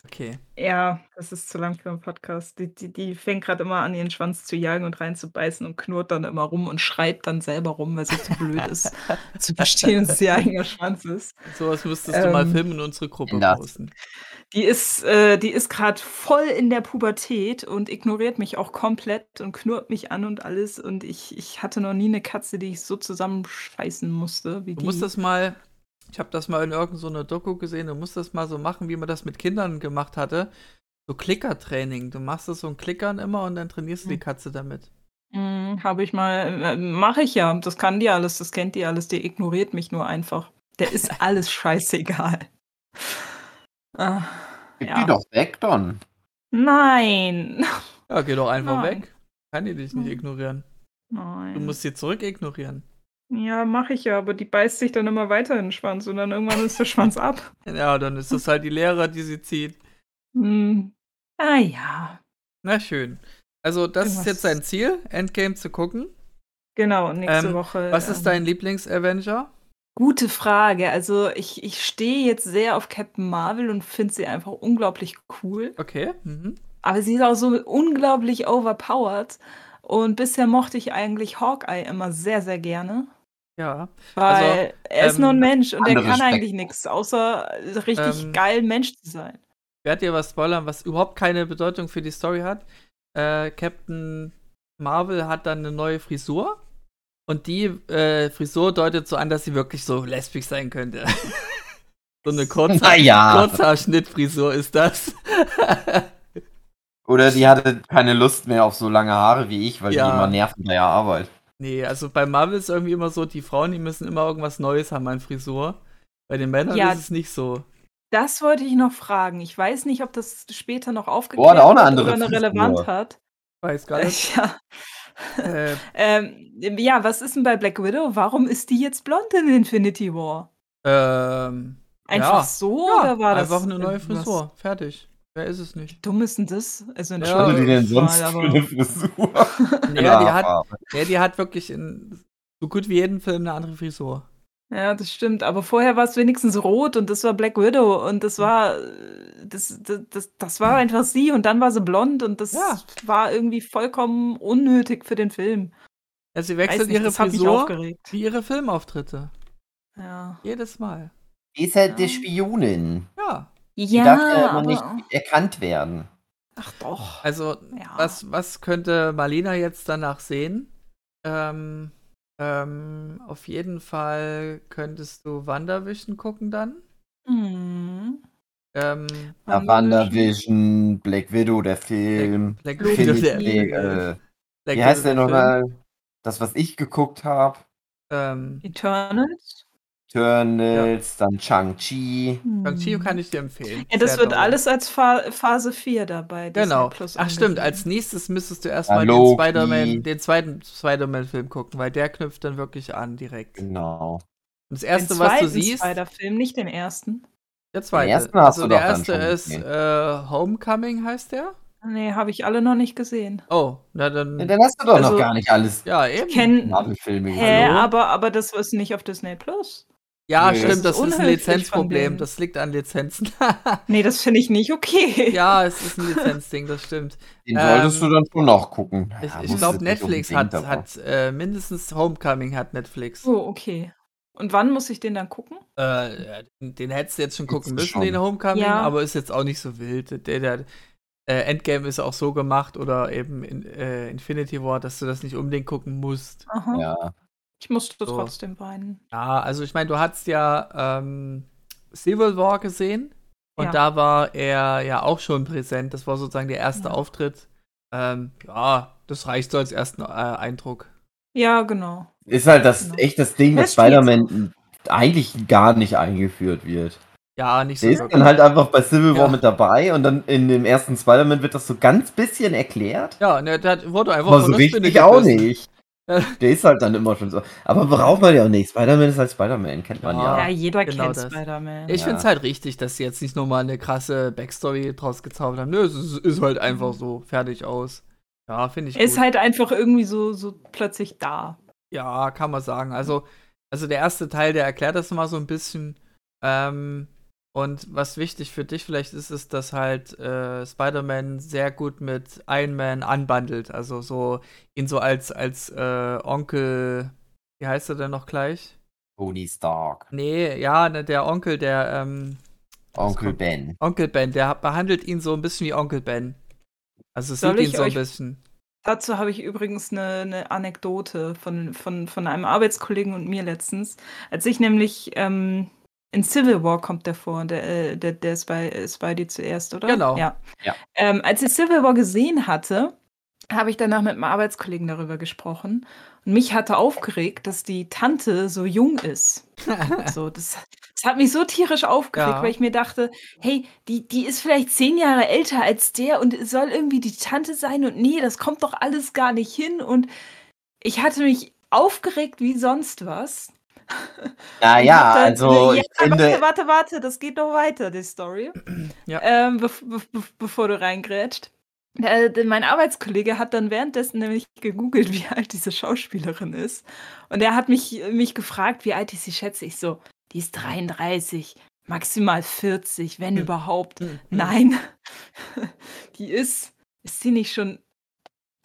C: Okay.
D: ja, das ist zu lang für einen Podcast. Die, die, die fängt gerade immer an, ihren Schwanz zu jagen und reinzubeißen und knurrt dann immer rum und schreit dann selber rum, weil sie zu blöd ist, zu verstehen, dass es ihr eigener Schwanz ist.
C: Sowas müsstest du mal
D: Ähm,
C: filmen in unsere Gruppe
B: Ändert.
C: posten.
D: Die ist, äh, die ist gerade voll in der Pubertät und ignoriert mich auch komplett und knurrt mich an und alles. Und ich, ich hatte noch nie eine Katze, die ich so zusammenscheißen musste. Wie
C: Du
D: die.
C: musst das mal, ich habe das mal in irgendeiner so einer Doku gesehen, du musst das mal so machen, wie man das mit Kindern gemacht hatte. So Klickertraining. Du machst das so ein Klickern immer und dann trainierst du die
D: Mhm.
C: Katze damit.
D: Mm, Habe ich mal, äh, mache ich ja. Das kann die alles, das kennt die alles. Die ignoriert mich nur einfach. Der ist alles scheißegal. Ah,
B: Gib
D: Ja.
B: die doch weg, Don.
D: nein,
C: Ja, geh doch einfach
D: Nein.
C: weg. Kann die dich nicht
D: Nein.
C: ignorieren.
D: nein.
C: Du musst sie zurück ignorieren.
D: ja, mache ich ja, aber die beißt sich dann immer weiter in den Schwanz und dann irgendwann ist der Schwanz ab.
C: Ja, dann ist das halt die Lehrer, die sie zieht.
D: Hm. Ah ja,
C: Na schön. Also, das ist
D: Irgendwas-
C: jetzt dein Ziel, Endgame zu gucken.
D: Genau, und nächste
C: Ähm,
D: Woche.
C: Was ist
D: ähm,
C: dein Lieblings-Avenger?
D: Gute Frage. Also, ich, ich stehe jetzt sehr auf Captain Marvel und finde sie einfach unglaublich cool.
C: Okay. Mhm.
D: Aber sie ist auch so unglaublich overpowered. Und bisher mochte ich eigentlich Hawkeye immer sehr, sehr gerne.
C: Ja.
D: Weil er ist nur ein
C: ähm,
D: Mensch und er
B: anderes
D: kann eigentlich
B: Spektrum.
D: nichts, außer richtig
C: Ähm,
D: geil Mensch zu sein.
C: Ich werde dir was spoilern, was überhaupt keine Bedeutung für die Story hat. Äh, Captain Marvel hat dann eine neue Frisur. Und die äh, Frisur deutet so an, dass sie wirklich so lesbisch sein könnte. so eine Kurzhaar
B: Naja.
C: Kurzhaarschnittfrisur ist das.
B: Oder die hatte keine Lust mehr auf so lange Haare wie ich, weil
C: Ja.
B: die immer nerven bei der Arbeit.
C: nee, also bei Marvel ist irgendwie immer so, die Frauen, die müssen immer irgendwas Neues haben an Frisur. Bei den Männern
D: Ja.
C: ist es nicht so.
D: Das wollte ich noch fragen. Ich weiß nicht, ob das später noch aufgeklärt
B: Boah, da auch eine
D: wird
B: andere
D: oder noch
B: Fünften
D: relevant
B: Uhr.
D: hat.
C: Weiß gar nicht.
D: Ja.
C: äh,
D: Ähm, ja, was ist denn bei Black Widow? Warum ist die jetzt blond in Infinity War?
C: ähm,
D: Einfach
C: Ja.
D: so
C: ja,
D: oder war das?
C: einfach eine neue
D: was
C: Frisur. Fertig. Wer ist es nicht?
D: Dumm ist denn das? Also
C: Was
B: Was
C: Ja,
B: hatte die denn sonst
D: aber-
B: für eine Frisur?
C: Ja, die hat, ja, die hat wirklich in so gut wie jeden Film eine andere Frisur.
D: Ja, das stimmt. Aber vorher war es wenigstens rot und das war Black Widow und das war äh, das, das, das, das war einfach sie und dann war sie blond und das
C: Ja.
D: war irgendwie vollkommen unnötig für den Film.
C: Ja, Also sie
D: Weiß
C: wechselt
D: nicht,
C: ihre
D: das hat mich
C: Frisur
D: aufgeregt.
C: wie ihre Filmauftritte.
D: Ja.
C: Jedes Mal.
B: Ist halt
D: Ja.
B: die Spionin.
C: Ja.
B: Die darf ja immer
D: aber-
B: nicht erkannt werden.
D: Ach doch.
C: Also,
D: Ja.
C: was, was könnte Marlena jetzt danach sehen? Ähm, ähm, auf jeden Fall könntest du Wanderwischen gucken dann.
D: Hm.
C: Ähm,
B: WandaVision, Black Widow, der Film.
C: Black
D: Blue
C: Widow,
B: Infinity,
C: der-
B: äh,
C: Black
B: wie heißt
C: Widow,
B: der
C: Film.
B: nochmal? Das, was ich geguckt habe.
C: Ähm,
D: Eternals?
B: Eternals, dann Chang-Chi.
C: Shang-Chi
D: Hm.
C: kann ich dir empfehlen.
D: ja, das
C: Sehr
D: wird
C: doll.
D: alles als Pha Phase 4 dabei. Disney
C: Genau.
D: Plus
C: Ach stimmt,
D: angesiedelt.
C: als nächstes müsstest du erstmal
B: Hallo,
C: den Spider-Man,
B: Pi.
C: den zweiten Spider-Man-Film gucken, weil der knüpft dann wirklich an direkt. Und
B: Genau.
C: das
D: Den
C: erste, was du
D: zweiten
C: siehst,
D: Spider-Film, nicht den ersten.
C: der zweite.
B: Den ersten hast
C: also
B: du
C: der
B: doch dann
C: erste
B: schon
C: ist
B: gesehen.
C: äh, Homecoming heißt der.
D: Nee, habe ich alle noch nicht gesehen.
C: Oh, na dann.
B: Ja, dann hast du doch
D: Also,
B: noch gar nicht alles
C: ja, eben.
D: Ken
B: Marvel-Filme
D: Hä,
B: gesehen.
D: aber, aber das ist nicht auf Disney Plus.
C: ja,
B: Nee,
C: stimmt,
D: das
C: das ist,
D: ist
C: ein
D: unhöflich von
C: Lizenzproblem.
D: denen.
C: Das liegt an Lizenzen.
D: Nee, das finde ich nicht okay.
C: ja, es ist ein Lizenzding, das stimmt.
B: Den
C: ähm,
B: solltest du dann schon noch gucken.
C: Ich,
B: Ja,
C: ich
B: musst
C: glaube,
B: du nicht
C: Netflix hat,
B: unbedingt, aber-
C: hat äh, mindestens Homecoming hat Netflix.
D: Oh, okay. Und wann muss ich den dann gucken?
C: Äh, den hättest du jetzt schon gucken
B: Jetzt
C: müssen,
B: schon.
C: den Homecoming,
D: Ja.
C: aber ist jetzt auch nicht so wild. Der, der äh, Endgame ist auch so gemacht oder eben in, äh, Infinity War, dass du das nicht unbedingt gucken musst.
D: Aha.
B: Ja.
D: Ich musste
C: So.
D: trotzdem weinen.
C: Ja, also ich meine, du hattest ja ähm, Civil War gesehen und
D: Ja.
C: da war er ja auch schon präsent. Das war sozusagen der erste
D: Ja.
C: Auftritt. Ähm, ja, das reicht so als ersten äh, Eindruck.
D: Ja, genau.
B: Ist halt das
D: Genau.
B: echt das Ding,
D: Wer
B: dass
D: spielt's?
B: Spider-Man eigentlich gar nicht eingeführt wird.
C: Ja, nicht so
B: Der ist
C: wirklich.
B: dann halt einfach bei Civil War
C: Ja.
B: mit dabei und dann in dem ersten Spider-Man wird das so ganz bisschen erklärt.
C: Ja, ne, der wurde einfach
B: aber so
C: von der Spinne
B: richtig auch
C: gebissen.
B: nicht.
C: Ja.
B: Der ist halt dann immer schon so. Aber braucht man ja auch nicht. Spider-Man ist halt Spider-Man, kennt man
C: Ja.
B: ja.
D: Ja, jeder
C: genau
D: kennt
C: das.
D: Spider-Man.
C: Ich
B: Ja.
C: finde es halt richtig, dass sie jetzt nicht nochmal eine krasse Backstory draus gezaubert haben. Nö, es ist, ist halt einfach so fertig aus. Ja, finde ich.
D: Er Mhm. ist
C: gut.
D: halt einfach irgendwie so, so plötzlich da.
C: ja, kann man sagen.
D: Mhm.
C: Also, also der erste Teil, der erklärt das mal so ein bisschen. Ähm, und was wichtig für dich vielleicht ist, ist, dass halt äh, Spider-Man sehr gut mit Iron Man anbandelt. Also so ihn so als, als äh, Onkel, wie heißt er denn noch gleich?
B: Tony Stark,
C: Nee, ja, ne, der Onkel, der, ähm,
B: Onkel
C: kommt-
B: Ben.
C: Onkel Ben, der hat- behandelt ihn so ein bisschen wie Onkel Ben. Also es
D: Soll
C: sieht ihn
D: ich
C: so ein
D: euch-
C: bisschen.
D: Dazu habe ich übrigens eine, eine Anekdote von, von, von einem Arbeitskollegen und mir letztens. Als ich nämlich ähm, in Civil War kommt der vor, der, äh, der, der Spy, äh, Spidey zuerst, oder?
C: Genau.
D: Ja.
B: Ja.
D: Ähm, als ich Civil War gesehen hatte, habe ich danach mit einem Arbeitskollegen darüber gesprochen. Und mich hatte aufgeregt, dass die Tante so jung ist. so, das, das hat mich so tierisch aufgeregt,
C: Ja.
D: weil ich mir dachte, hey, die, die ist vielleicht zehn Jahre älter als der und soll irgendwie die Tante sein und nee, das kommt doch alles gar nicht hin. Und ich hatte mich aufgeregt wie sonst was.
B: Naja,
D: Und hab dann-
B: also
D: Ja,
B: ich finde,
D: Warte, warte, warte, das geht noch weiter, die Story.
C: Ja.
D: Ähm, bev- bev- bev- bevor du reingrätscht. Äh, denn mein Arbeitskollege hat dann währenddessen nämlich gegoogelt, wie alt diese Schauspielerin ist. Und er hat mich, mich gefragt, wie alt ich sie schätze. Ich so, die ist 33, maximal 40, wenn
C: Hm.
D: überhaupt. Nein, die ist, ist sie nicht schon,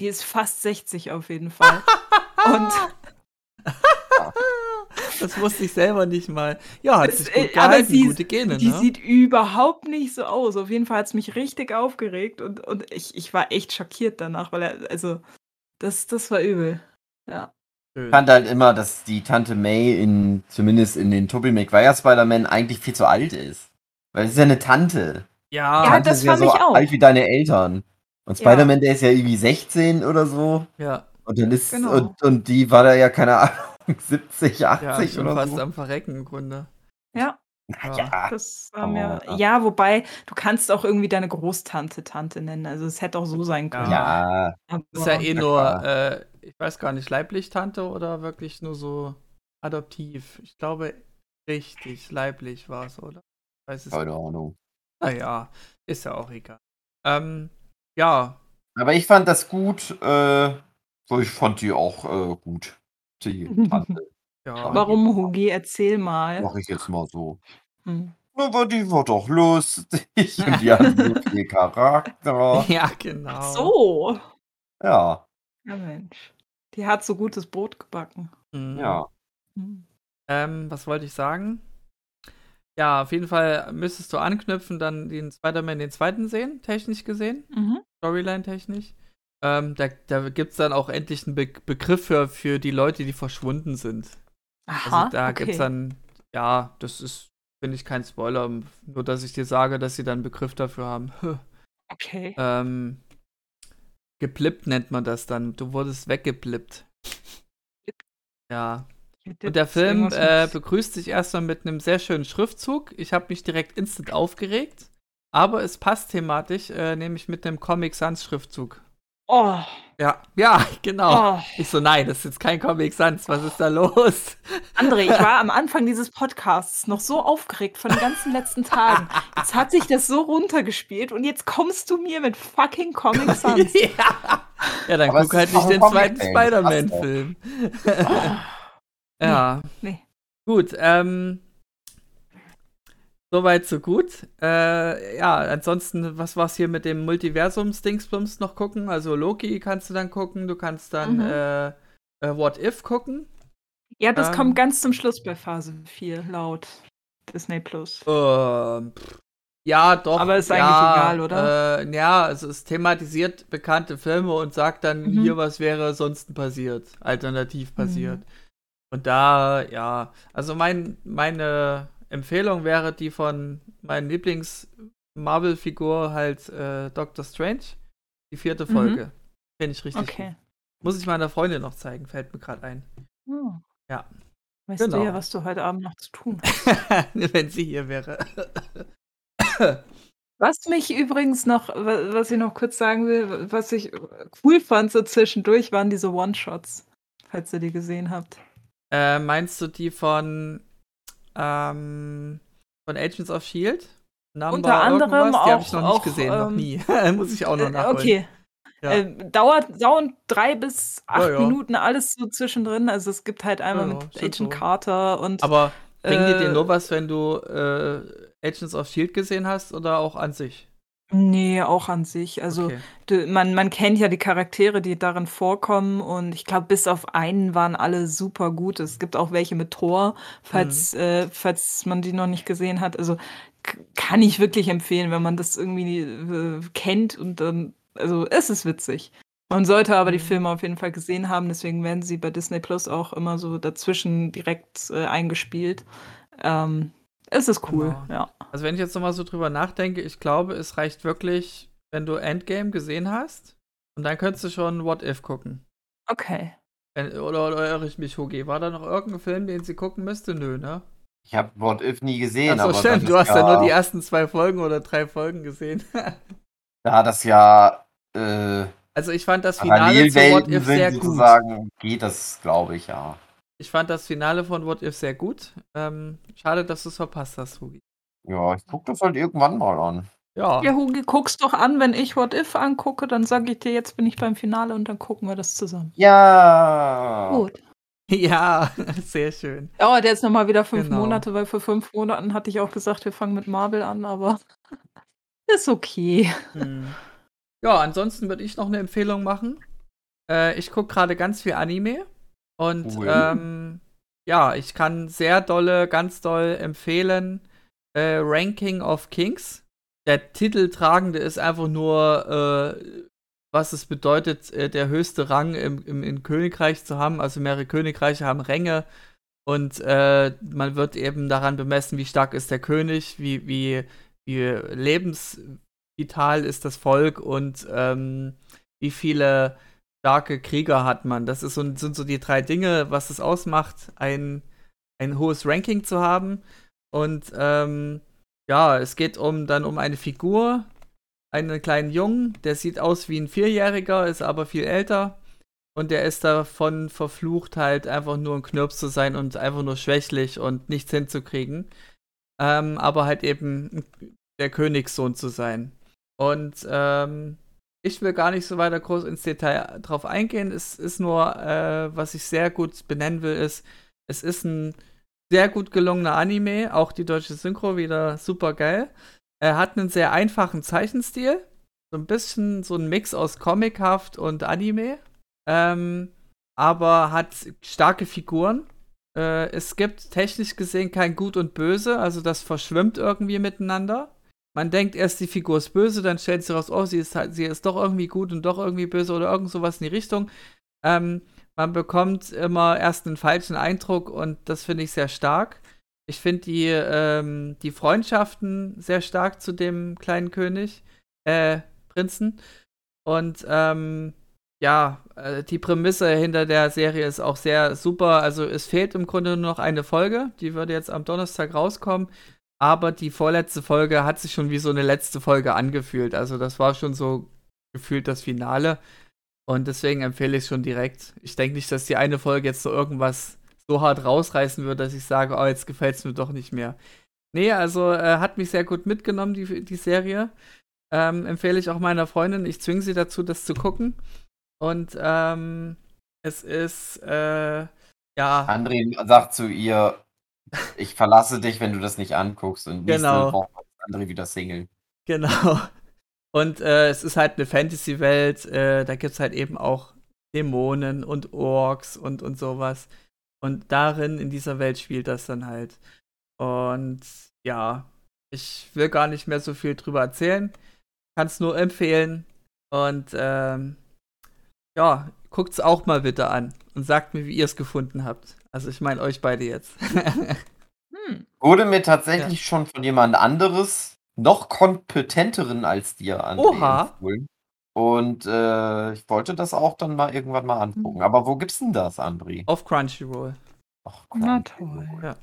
D: die ist fast 60 auf jeden Fall. Und
C: Das wusste ich selber nicht mal. Ja, hat
D: Es-
C: sich
D: äh,
C: gut
D: aber
C: gehalten,
D: sie-
C: gute Gene,
D: Die
C: ne?
D: sieht überhaupt nicht so aus. Auf jeden Fall hat es mich richtig aufgeregt und, und ich, ich war echt schockiert danach, weil er, also, das, das war übel. Ja.
C: Schön.
B: Ich fand halt immer, dass die Tante May in, zumindest in den Tobey Maguire Spider-Man eigentlich viel zu alt ist. Weil es ist ja eine Tante.
C: Ja,
D: Ja,
C: ja,
B: Tante
D: das
B: ist ja
D: fand
B: so
D: ich auch.
B: alt wie deine Eltern. Und
D: Ja.
B: Spider-Man, der ist ja irgendwie 16 oder so.
C: ja,
B: Und dann ist,
D: Genau.
B: und, und die war da ja, keine Ahnung, 70,
C: ja
B: 80
C: schon
B: oder
C: fast
B: so.
C: am Verrecken im Grunde.
D: Ja.
B: Na
C: Ja.
B: ja.
D: Das war
B: kann man
D: mir,
B: Ah, mal-
D: ja, wobei, du kannst auch irgendwie deine Großtante Tante nennen. Also es hätte auch so sein können.
B: Ja,
D: Aber,
C: Ist ja eh
B: Ja,
C: nur,
B: klar.
C: äh, ich weiß gar nicht, leiblich Tante oder wirklich nur so adoptiv? Ich glaube, richtig, leiblich war es, oder? Ich Weiß es
B: keine Ahnung.
C: Naja, ist ja auch egal. Ähm, ja,
B: Aber ich fand das gut. Äh, so, ich fand die auch äh, gut. Die Tante.
C: ja.
B: Aber-
D: warum, Hugi? Erzähl mal.
B: Mach ich jetzt mal so.
D: Hm.
B: Aber die war doch lustig und die hat so viel Charakter.
C: Ja, genau.
D: So.
B: Ja,
D: Ja, Mensch. Die hat so gutes Brot gebacken.
C: Mhm.
B: ja.
D: Hm.
C: Ähm, was wollte ich sagen? Ja, auf jeden Fall müsstest du anknüpfen, dann den Spider-Man den zweiten sehen, technisch gesehen,
D: Mhm.
C: Storyline-technisch. Ähm, da da gibt es dann auch endlich einen Be Begriff für, für die Leute, die verschwunden sind. Also
D: Aha.
C: da
D: okay.
C: gibt's dann, ja, das ist, finde ich, kein Spoiler, nur dass ich dir sage, dass sie dann einen Begriff dafür haben.
D: Okay.
C: ähm, geblippt nennt man das dann. Du wurdest weggeblippt. Ja. Und der Film äh, begrüßt dich erstmal mit einem sehr schönen Schriftzug. Ich habe mich direkt instant aufgeregt, aber es passt thematisch, äh, nämlich mit einem Comic Sans Schriftzug.
D: oh,
C: Ja, ja, genau.
D: oh.
C: Ich so, nein, das ist jetzt kein Comic Sans, was ist da los?
D: André, ich war am Anfang dieses Podcasts noch so aufgeregt von den ganzen letzten Tagen. Jetzt hat sich das so runtergespielt und jetzt kommst du mir mit fucking Comic Sans.
C: ja. ja, dann
B: Aber
C: guck
B: es
C: halt
B: ist
C: nicht
B: auch ein
C: den zweiten
B: Comic-Film, das passt
C: Spider-Man-Film. ja.
D: Nee.
C: Gut, ähm. Soweit, so gut. Äh, ja, ansonsten, was war's hier mit dem Multiversums-Dingsbums noch gucken? Also Loki kannst du dann gucken, du kannst dann
D: Mhm.
C: äh, äh, What If gucken.
D: Ja, das
C: Ähm.
D: kommt ganz zum Schluss bei Phase 4 laut Disney Plus.
C: Ähm, ja, doch.
D: Aber ist
C: ja,
D: eigentlich egal, oder?
C: Äh, ja, also es thematisiert bekannte Filme und sagt dann
D: Mhm.
C: hier, was wäre sonst passiert, alternativ passiert. Und da, ja, also mein, meine Empfehlung wäre die von meinem Lieblings-Marvel-Figur halt äh, Doctor Strange, die vierte
D: Mhm.
C: Folge. Finde ich richtig.
D: Okay.
C: Gut. Muss ich meiner Freundin noch zeigen, fällt mir gerade ein.
D: Hm.
C: Ja.
D: Weißt
C: Genau.
D: du ja, was du heute Abend noch zu tun hast.
C: Wenn sie hier wäre.
D: Was mich übrigens noch, wa- was ich noch kurz sagen will, was ich cool fand so zwischendurch, waren diese One-Shots, falls ihr die gesehen habt.
C: Äh, meinst du die von, ähm, von Agents of Shield? E Number
D: Unter anderem
C: irgendwas? Die habe ich
D: auch-
C: noch nicht
D: auch,
C: gesehen, noch
D: ähm,
C: nie. Muss ich auch noch
D: Äh,
C: nachholen.
D: Okay.
C: Ja.
D: Ähm, dauert, dauert drei bis acht
C: ja.
D: Minuten alles so zwischendrin. Also es gibt halt einmal
C: Ja, ja,
D: mit
C: stimmt
D: Agent
C: so.
D: Carter und
C: Aber bringt dir
D: äh,
C: den nur was, wenn du äh, Agents of Shield gesehen hast oder auch an sich?
D: nee, auch an sich. Also
C: Okay.
D: du, man, man kennt ja die Charaktere, die darin vorkommen und ich glaube, bis auf einen waren alle super gut. Es gibt auch welche mit Thor, falls,
C: Mhm.
D: äh, falls man die noch nicht gesehen hat. Also k- kann ich wirklich empfehlen, wenn man das irgendwie äh, kennt und dann, also es ist witzig. Man sollte aber die
C: Mhm.
D: Filme auf jeden Fall gesehen haben, deswegen werden sie bei Disney Plus auch immer so dazwischen direkt äh, eingespielt. Ähm, es ist cool,
C: Genau.
D: ja.
C: Also wenn ich jetzt nochmal so drüber nachdenke, ich glaube, es reicht wirklich, wenn du Endgame gesehen hast und dann könntest du schon What If gucken.
D: Okay.
C: Wenn- Oder, oder irre ich mich, Hugi? War da noch irgendein Film, den sie gucken müsste? Nö, ne?
B: Ich habe What If nie gesehen,
C: Achso,
B: aber
C: stimmt,
B: das
C: du
B: ist
C: hast ja nur die
B: ja,
C: ersten zwei Folgen oder drei Folgen gesehen.
B: da das ja äh,
C: also ich fand das Finale zu What
B: Parallelwelten
C: If sehr
B: sind
C: gut.
B: sozusagen, geht das, glaube ich, ja.
C: Ich fand das Finale von What If sehr gut. Ähm, schade, dass du es verpasst hast, Hugi.
B: Ja, ich gucke das halt irgendwann mal an.
C: Ja,
D: Ja, Hugi, guck's doch an, wenn ich What If angucke, dann sage ich dir, jetzt bin ich beim Finale und dann gucken wir das zusammen.
B: Ja.
D: Gut.
C: ja sehr schön.
D: Dauert jetzt nochmal wieder fünf
C: Genau.
D: Monate, weil vor fünf Monaten hatte ich auch gesagt, wir fangen mit Marvel an, aber ist okay.
C: Hm. Ja, ansonsten würde ich noch eine Empfehlung machen. Äh, ich gucke gerade ganz viel Anime und
B: Cool.
C: ähm, ja, ich kann sehr dolle, ganz doll empfehlen äh, Ranking of Kings. Der Titeltragende ist einfach nur, äh, was es bedeutet, äh, der höchste Rang im, im, im Königreich zu haben. Also mehrere Königreiche haben Ränge und äh, man wird eben daran bemessen, wie stark ist der König, wie, wie, wie lebens, vital ist das Volk und ähm, wie viele starke Krieger hat man. Das ist so, sind so die drei Dinge, was es ausmacht, ein, ein hohes Ranking zu haben. Und ähm, ja, es geht um dann um eine Figur, einen kleinen Jungen, der sieht aus wie ein Vierjähriger, ist aber viel älter. Und der ist davon verflucht, halt einfach nur ein Knirps zu sein und einfach nur schwächlich und nichts hinzukriegen. Ähm, aber halt eben der Königssohn zu sein. Und ähm, ich will gar nicht so weiter groß ins Detail drauf eingehen. Es ist nur, äh, was ich sehr gut benennen will, ist, es ist ein sehr gut gelungener Anime. Auch die deutsche Synchro wieder super geil. Er hat einen sehr einfachen Zeichenstil. So ein bisschen so ein Mix aus Comichaft und Anime. Ähm, aber hat starke Figuren. Äh, es gibt technisch gesehen kein Gut und Böse, also das verschwimmt irgendwie miteinander. Man denkt erst, die Figur ist böse, dann stellt sie raus, oh, sie ist, halt, sie ist doch irgendwie gut und doch irgendwie böse oder irgend sowas in die Richtung. Ähm, man bekommt immer erst einen falschen Eindruck und das finde ich sehr stark. Ich finde die, ähm, die Freundschaften sehr stark zu dem kleinen König, äh, Prinzen. Und ähm, ja, äh, die Prämisse hinter der Serie ist auch sehr super. Also es fehlt im Grunde nur noch eine Folge, die würde jetzt am Donnerstag rauskommen. Aber die vorletzte Folge hat sich schon wie so eine letzte Folge angefühlt. Also das war schon so gefühlt das Finale. Und deswegen empfehle ich es schon direkt. Ich denke nicht, dass die eine Folge jetzt so irgendwas so hart rausreißen wird, dass ich sage, oh, jetzt gefällt es mir doch nicht mehr. Nee, also äh, hat mich sehr gut mitgenommen, die, die Serie. Ähm, empfehle ich auch meiner Freundin. Ich zwinge sie dazu, das zu gucken. Und ähm, es ist, äh, ja,
B: André sagt zu ihr, ich verlasse dich, wenn du das nicht anguckst. Und nächste
C: Genau.
B: Woche ist André wieder Single.
C: genau. Und äh, es ist halt eine Fantasy-Welt. Äh, da gibt es halt eben auch Dämonen und Orks und, und sowas. Und darin, in dieser Welt, spielt das dann halt. Und ja, ich will gar nicht mehr so viel drüber erzählen. Kann es nur empfehlen. Und ähm, ja, guckt's auch mal bitte an und sagt mir, wie ihr es gefunden habt. Also ich meine euch beide jetzt.
D: Hm.
B: Wurde mir tatsächlich schon von jemand anderes, noch kompetenteren als dir, André,
C: Oha.
B: empfohlen. Und äh, ich wollte das auch dann mal irgendwann mal
D: Hm.
B: angucken. Aber wo gibt's denn das, André?
C: Auf Crunchyroll.
B: Ach,
D: Oh, Na
B: komm,
D: toll.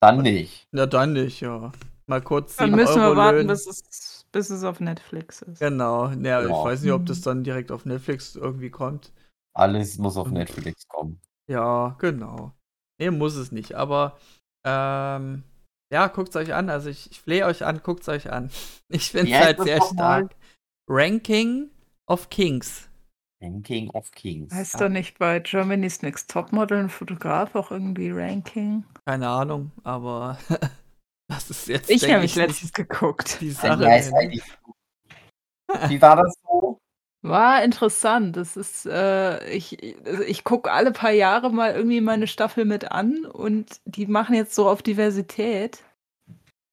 B: dann nicht.
C: Na dann nicht, ja. Mal kurz
D: Dann
C: sieben
D: müssen wir
C: Euro
D: warten,
C: löhnen.
D: bis es, bis es auf Netflix ist.
C: Genau, ja, ich
B: Ja.
C: weiß nicht, ob das
D: Mhm.
C: dann direkt auf Netflix irgendwie kommt.
B: Alles muss
D: Hm.
B: auf Netflix kommen.
C: Ja, genau. Nee, muss es nicht, aber ähm, ja, guckt's euch an. Also ich, ich flehe euch an, guckt's euch an. Ich find's
B: Wie heißt
C: halt
B: das
C: sehr
B: nochmal?
C: stark. Ranking of Kings.
B: Ranking of Kings.
D: Heißt da nicht bei Germany's Next Topmodel ein Fotograf auch irgendwie Ranking?
C: Keine Ahnung, aber das ist jetzt
D: Ich
C: denk
D: habe mich
C: nicht
D: letztens geguckt.
C: die
B: Ein
C: Sache.
B: nice
C: dahinter.
B: ID. Wie war das so?
D: War interessant. Das ist, äh, ich, also ich gucke alle paar Jahre mal irgendwie meine Staffel mit an und die machen jetzt so auf Diversität.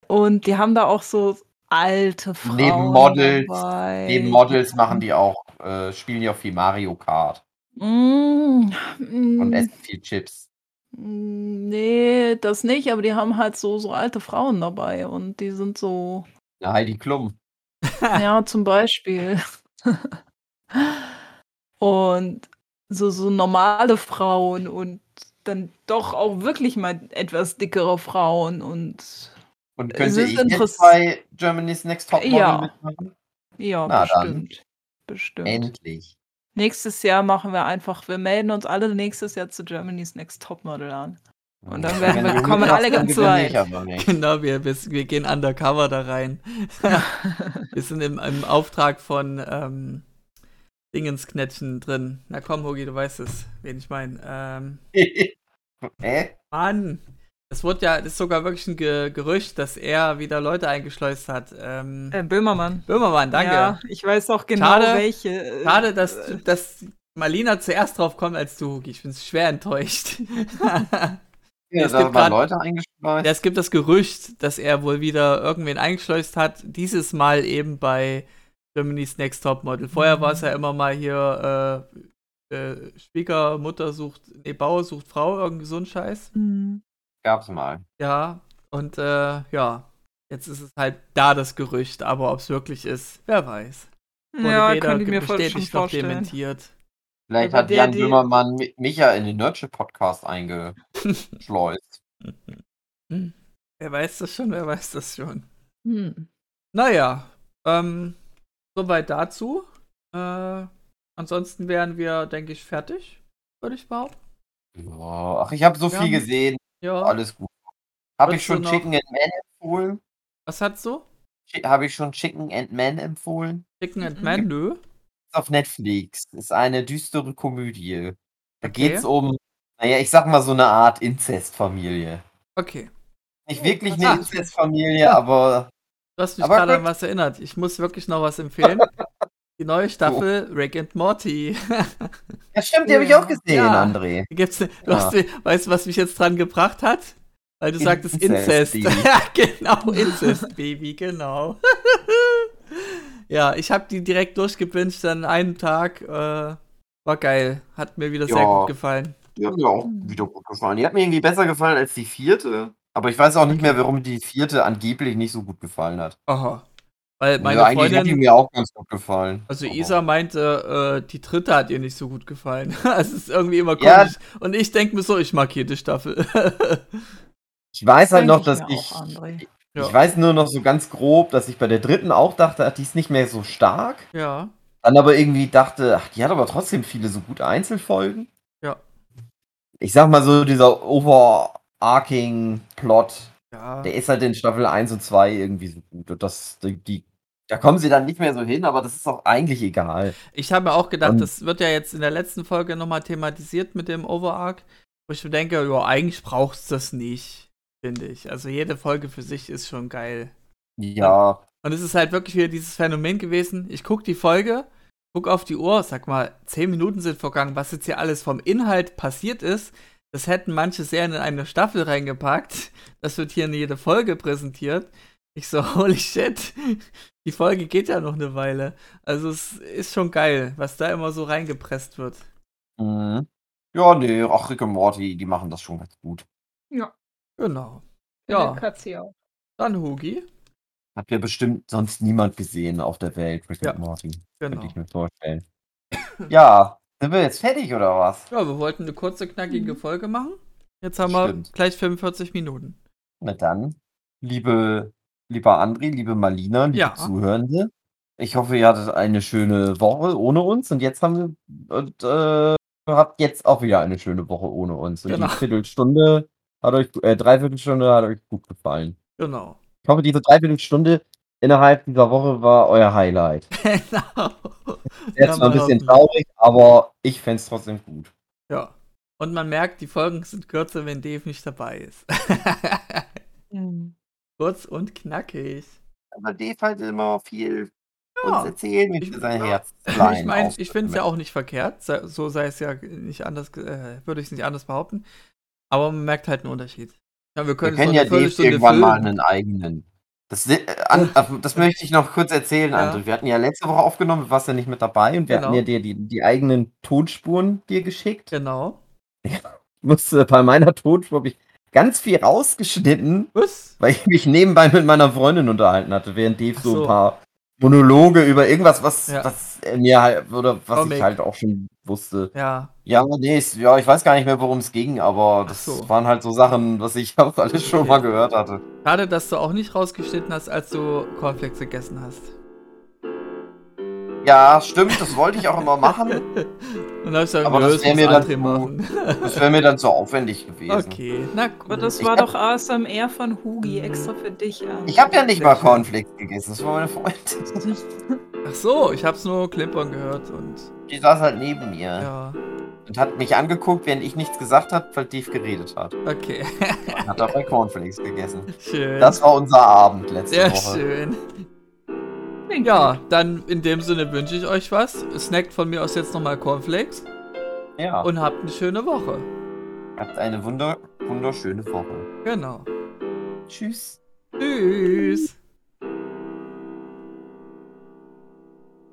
D: Und die haben da auch so alte Frauen
B: Neben Models,
D: dabei.
B: Neben Models machen die auch, äh, spielen die auch viel Mario Kart und
D: Mm, mm,
B: essen viel Chips.
D: nee, das nicht, aber die haben halt so, so alte Frauen dabei und die sind so
B: Na, Heidi Klum.
D: Ja, zum Beispiel. und so, so normale Frauen und dann doch auch wirklich mal etwas dickere Frauen und
B: Und
D: Es
B: könnte
D: ist
B: ich jetzt
D: interess-
B: bei Germany's Next Top Model
D: Ja.
B: mitmachen?
D: ja,
B: Na dann.
D: bestimmt. Bestimmt.
B: Endlich.
D: Nächstes Jahr machen wir einfach, wir melden uns alle nächstes Jahr zu Germany's Next Topmodel an. Und dann werden wir-
B: Wenn du
D: kommen
B: mitmachst,
D: alle
B: dann
D: ganz
B: gewinne
D: weit.
B: ich aber nicht.
C: Genau, wir, wir, wir gehen undercover da rein. wir sind im, im Auftrag von ähm, Dingensknettchen drin. Na komm, Hogi, du weißt es, wen ich meine. Ähm,
B: Hä?
C: Mann, es wurde ja, es ist sogar wirklich ein Ge Gerücht, dass er wieder Leute eingeschleust hat. Ähm,
D: Äh, Böhmermann.
C: Böhmermann, danke.
D: Ja, ich weiß auch genau
C: Schade.
D: welche. äh,
C: Schade, dass, du- dass Marlina zuerst drauf kommt als du, Hogi. Ich bin schwer enttäuscht.
B: Ja,
C: Es
B: da
C: gibt
B: waren
C: grad-
B: Leute eingespeist.
C: Ja, es gibt das Gerücht, dass er wohl wieder irgendwen eingeschleust hat. Dieses Mal eben bei Germany's Next Top Model.
D: Mhm.
C: Vorher war es ja immer mal hier äh, äh, Schwiegermutter sucht, nee, Bauer sucht Frau, irgendwie so ein Scheiß.
D: Mhm.
B: Gab's mal.
C: Ja, und äh, ja, jetzt ist es halt da das Gerücht, aber ob es wirklich ist, wer weiß. Wurde
D: Ja,
C: weder
D: könnte ich mir voll schon
C: bestätigt noch
D: vorstellen.
C: dementiert.
B: Vielleicht
D: Aber
B: hat
D: der,
B: Jan
D: die-
B: Böhmermann mi- mich ja in den Nerdship Podcast eingeschleust.
C: Wer weiß das schon, wer weiß das schon.
E: Hm.
C: Naja, ähm, soweit dazu. Äh, ansonsten wären wir, denke ich, fertig, würde ich behaupten.
B: Ja, ach, ich habe so
C: Ja.
B: viel gesehen.
C: Ja.
B: Alles gut. Habe ich
C: Willst du
B: schon
C: noch-
B: Chicken and Man empfohlen?
C: Was hat so?
B: Habe ich schon Chicken and Man empfohlen?
C: Chicken and
E: Mhm.
C: Man? Nö.
B: Ist auf Netflix. Ist eine düstere Komödie. Da
C: Okay.
B: geht's um, naja, ich sag mal so eine Art Inzestfamilie.
C: Okay.
B: Nicht
E: Oh,
B: wirklich eine
C: krass.
B: Inzestfamilie, aber
C: Du hast mich
B: Aber
C: gerade an
B: gut.
C: was erinnert. Ich muss wirklich noch was empfehlen. Die neue Staffel Rick and Morty.
B: ja, stimmt, die habe ich
E: Ja.
B: auch gesehen,
C: Ja.
B: André.
C: Da Gibt's, du
B: Ja.
C: hast, weißt du, was mich jetzt dran gebracht hat? Weil du sagtest
B: Inzest,
C: Inzest.
B: Baby.
C: ja, genau, Inzest, Baby, genau. ja, ich habe die direkt durchgewünscht an einem Tag. Äh, war geil. Hat mir wieder sehr
B: Ja.
C: gut gefallen.
B: Die hat mir auch
C: Hm.
B: wieder gut gefallen. Die hat mir irgendwie besser gefallen als die vierte. Aber ich weiß auch nicht mehr, warum die vierte angeblich nicht so gut gefallen hat.
C: Aha. Weil meine
B: ja, eigentlich hat die
C: Freundin,
B: mir auch ganz gut gefallen.
C: also
B: Aber-
C: Isa meinte, äh, die dritte hat ihr nicht so gut gefallen. Also es ist irgendwie immer
B: Ja.
C: komisch. Und ich denke mir so, ich mag jede Staffel.
B: Ich weiß halt
E: Denk
B: noch,
E: ich
B: dass
E: mir
B: ich.
E: auch, André.
C: Ja.
B: Ich weiß nur noch so ganz grob, dass ich bei der dritten auch dachte, ach, die ist nicht mehr so stark.
C: ja.
B: Dann aber irgendwie dachte, ach, die hat aber trotzdem viele so gute Einzelfolgen.
C: Ja.
B: Ich sag mal so, dieser overarching Plot,
C: Ja.
B: der ist halt in Staffel 1 und 2 irgendwie so gut. Und das, die, die, da kommen sie dann nicht mehr so hin, aber das ist auch eigentlich egal.
C: Ich habe mir auch gedacht,
B: Und-
C: das wird ja jetzt in der letzten Folge nochmal thematisiert mit dem Overarch, wo ich mir denke, ja, eigentlich brauchst du das nicht, finde ich. Also jede Folge für sich ist schon geil.
B: Ja,
C: Und es ist halt wirklich wieder dieses Phänomen gewesen, ich gucke die Folge, guck auf die Uhr, sag mal, 10 Minuten sind vergangen, was jetzt hier alles vom Inhalt passiert ist, das hätten manche Serien in eine Staffel reingepackt. Das wird hier in jede Folge präsentiert. Ich so, holy shit, die Folge geht ja noch eine Weile. Also es ist schon geil, was da immer so reingepresst wird.
B: mhm. ja, nee, ach, Rick und Morty, die machen das schon ganz gut.
C: Genau.
D: Ja.
C: Ja,
D: Katze auch.
C: dann Hugi.
B: Hat ja bestimmt sonst niemand gesehen auf der Welt, Rick
C: Ja.
B: und Morty. Könnte
C: Genau.
B: ich mir vorstellen. ja, sind wir jetzt fertig oder was?
C: Ja, wir wollten eine kurze, knackige Folge machen. Jetzt haben
B: Stimmt.
C: wir gleich 45 Minuten.
B: Na dann, liebe, lieber André, liebe Marlina, liebe
C: Ja.
B: Zuhörende, ich hoffe, ihr hattet eine schöne Woche ohne uns und jetzt haben wir und äh, habt jetzt auch wieder eine schöne Woche ohne uns. Und
C: Genau.
B: die Viertelstunde hat euch, äh, Dreiviertelstunde hat euch gut gefallen.
C: Genau.
B: Ich hoffe, diese Dreiviertelstunde innerhalb dieser Woche war euer Highlight.
C: genau.
B: Jetzt
C: Ja,
B: zwar ein
C: mal
B: bisschen
C: hoffen.
B: traurig, aber ich fänd's trotzdem gut.
C: Ja. Und man merkt, die Folgen sind kürzer, wenn Dave nicht dabei ist.
D: Hm.
C: Kurz und knackig.
B: Aber Dave halt immer viel
C: Ja.
B: uns erzählen,
C: Ich-
B: mit sein
C: ja.
B: Herz
C: ich meine, ich finde es ja auch nicht verkehrt. Se- So sei es ja nicht anders, ge- äh, würde ich es nicht anders behaupten. Aber man merkt halt einen Unterschied. Ja, wir
B: Wir
C: können,
B: können
C: so
B: ja
C: eine
B: Dave
C: Viertelstunde
B: irgendwann mal ne?
C: füllen.
B: einen eigenen. Das, äh, an, äh, das möchte ich noch kurz erzählen,
C: Ja.
B: André. Wir hatten ja letzte Woche aufgenommen, du warst ja nicht mit dabei und wir hatten
C: Genau.
B: ja dir die, die eigenen Tonspuren dir geschickt.
C: Genau.
B: Ich musste bei meiner Tonspur hab ich ganz viel rausgeschnitten,
C: Was?
B: weil ich mich nebenbei mit meiner Freundin unterhalten hatte, während Dave
C: Ach
B: so.
C: so.
B: ein paar Monologe über irgendwas, was,
C: Ja.
B: was äh, mir halt, oder was
C: Comic.
B: ich halt auch schon wusste.
C: Ja.
B: Ja, nee, ich, ja, ich weiß gar nicht mehr, worum es ging, aber
C: Ach
B: das
C: so.
B: waren halt so Sachen, was ich auch alles schon mal gehört hatte.
C: Schade, dass du auch nicht rausgeschnitten hast, als du Cornflakes gegessen hast.
B: Ja, stimmt, das wollte ich auch immer machen.
C: Und dann hab ich gesagt,
B: Aber
C: nö,
B: das
C: es
B: wär
C: muss
B: mir dann
C: André
B: zu-
C: machen.
B: Das wäre mir dann zu aufwendig gewesen.
C: Okay, na gut.
D: Aber das
B: Ich
D: war
B: hab-
D: doch ASMR von Hugi, extra für dich. Arne.
B: Ich habe ja nicht mal Cornflakes gegessen, das war meine Freundin.
C: Ach so, ich hab's nur klimpern gehört und
B: Die saß halt neben mir
C: ja,
B: und hat mich angeguckt, während ich nichts gesagt habe, weil Dave geredet hat.
C: okay.
B: Und hat dabei Cornflakes gegessen.
C: schön.
B: Das war unser Abend letzte
C: Sehr
B: Woche.
C: schön.
D: Klingt
C: Ja, dann in dem Sinne wünsche ich euch was. Snackt von mir aus jetzt nochmal Cornflakes
B: Ja, und
C: und habt eine schöne Woche.
B: habt eine wunder wunderschöne Woche.
C: Genau.
B: Tschüss.
C: Tschüss.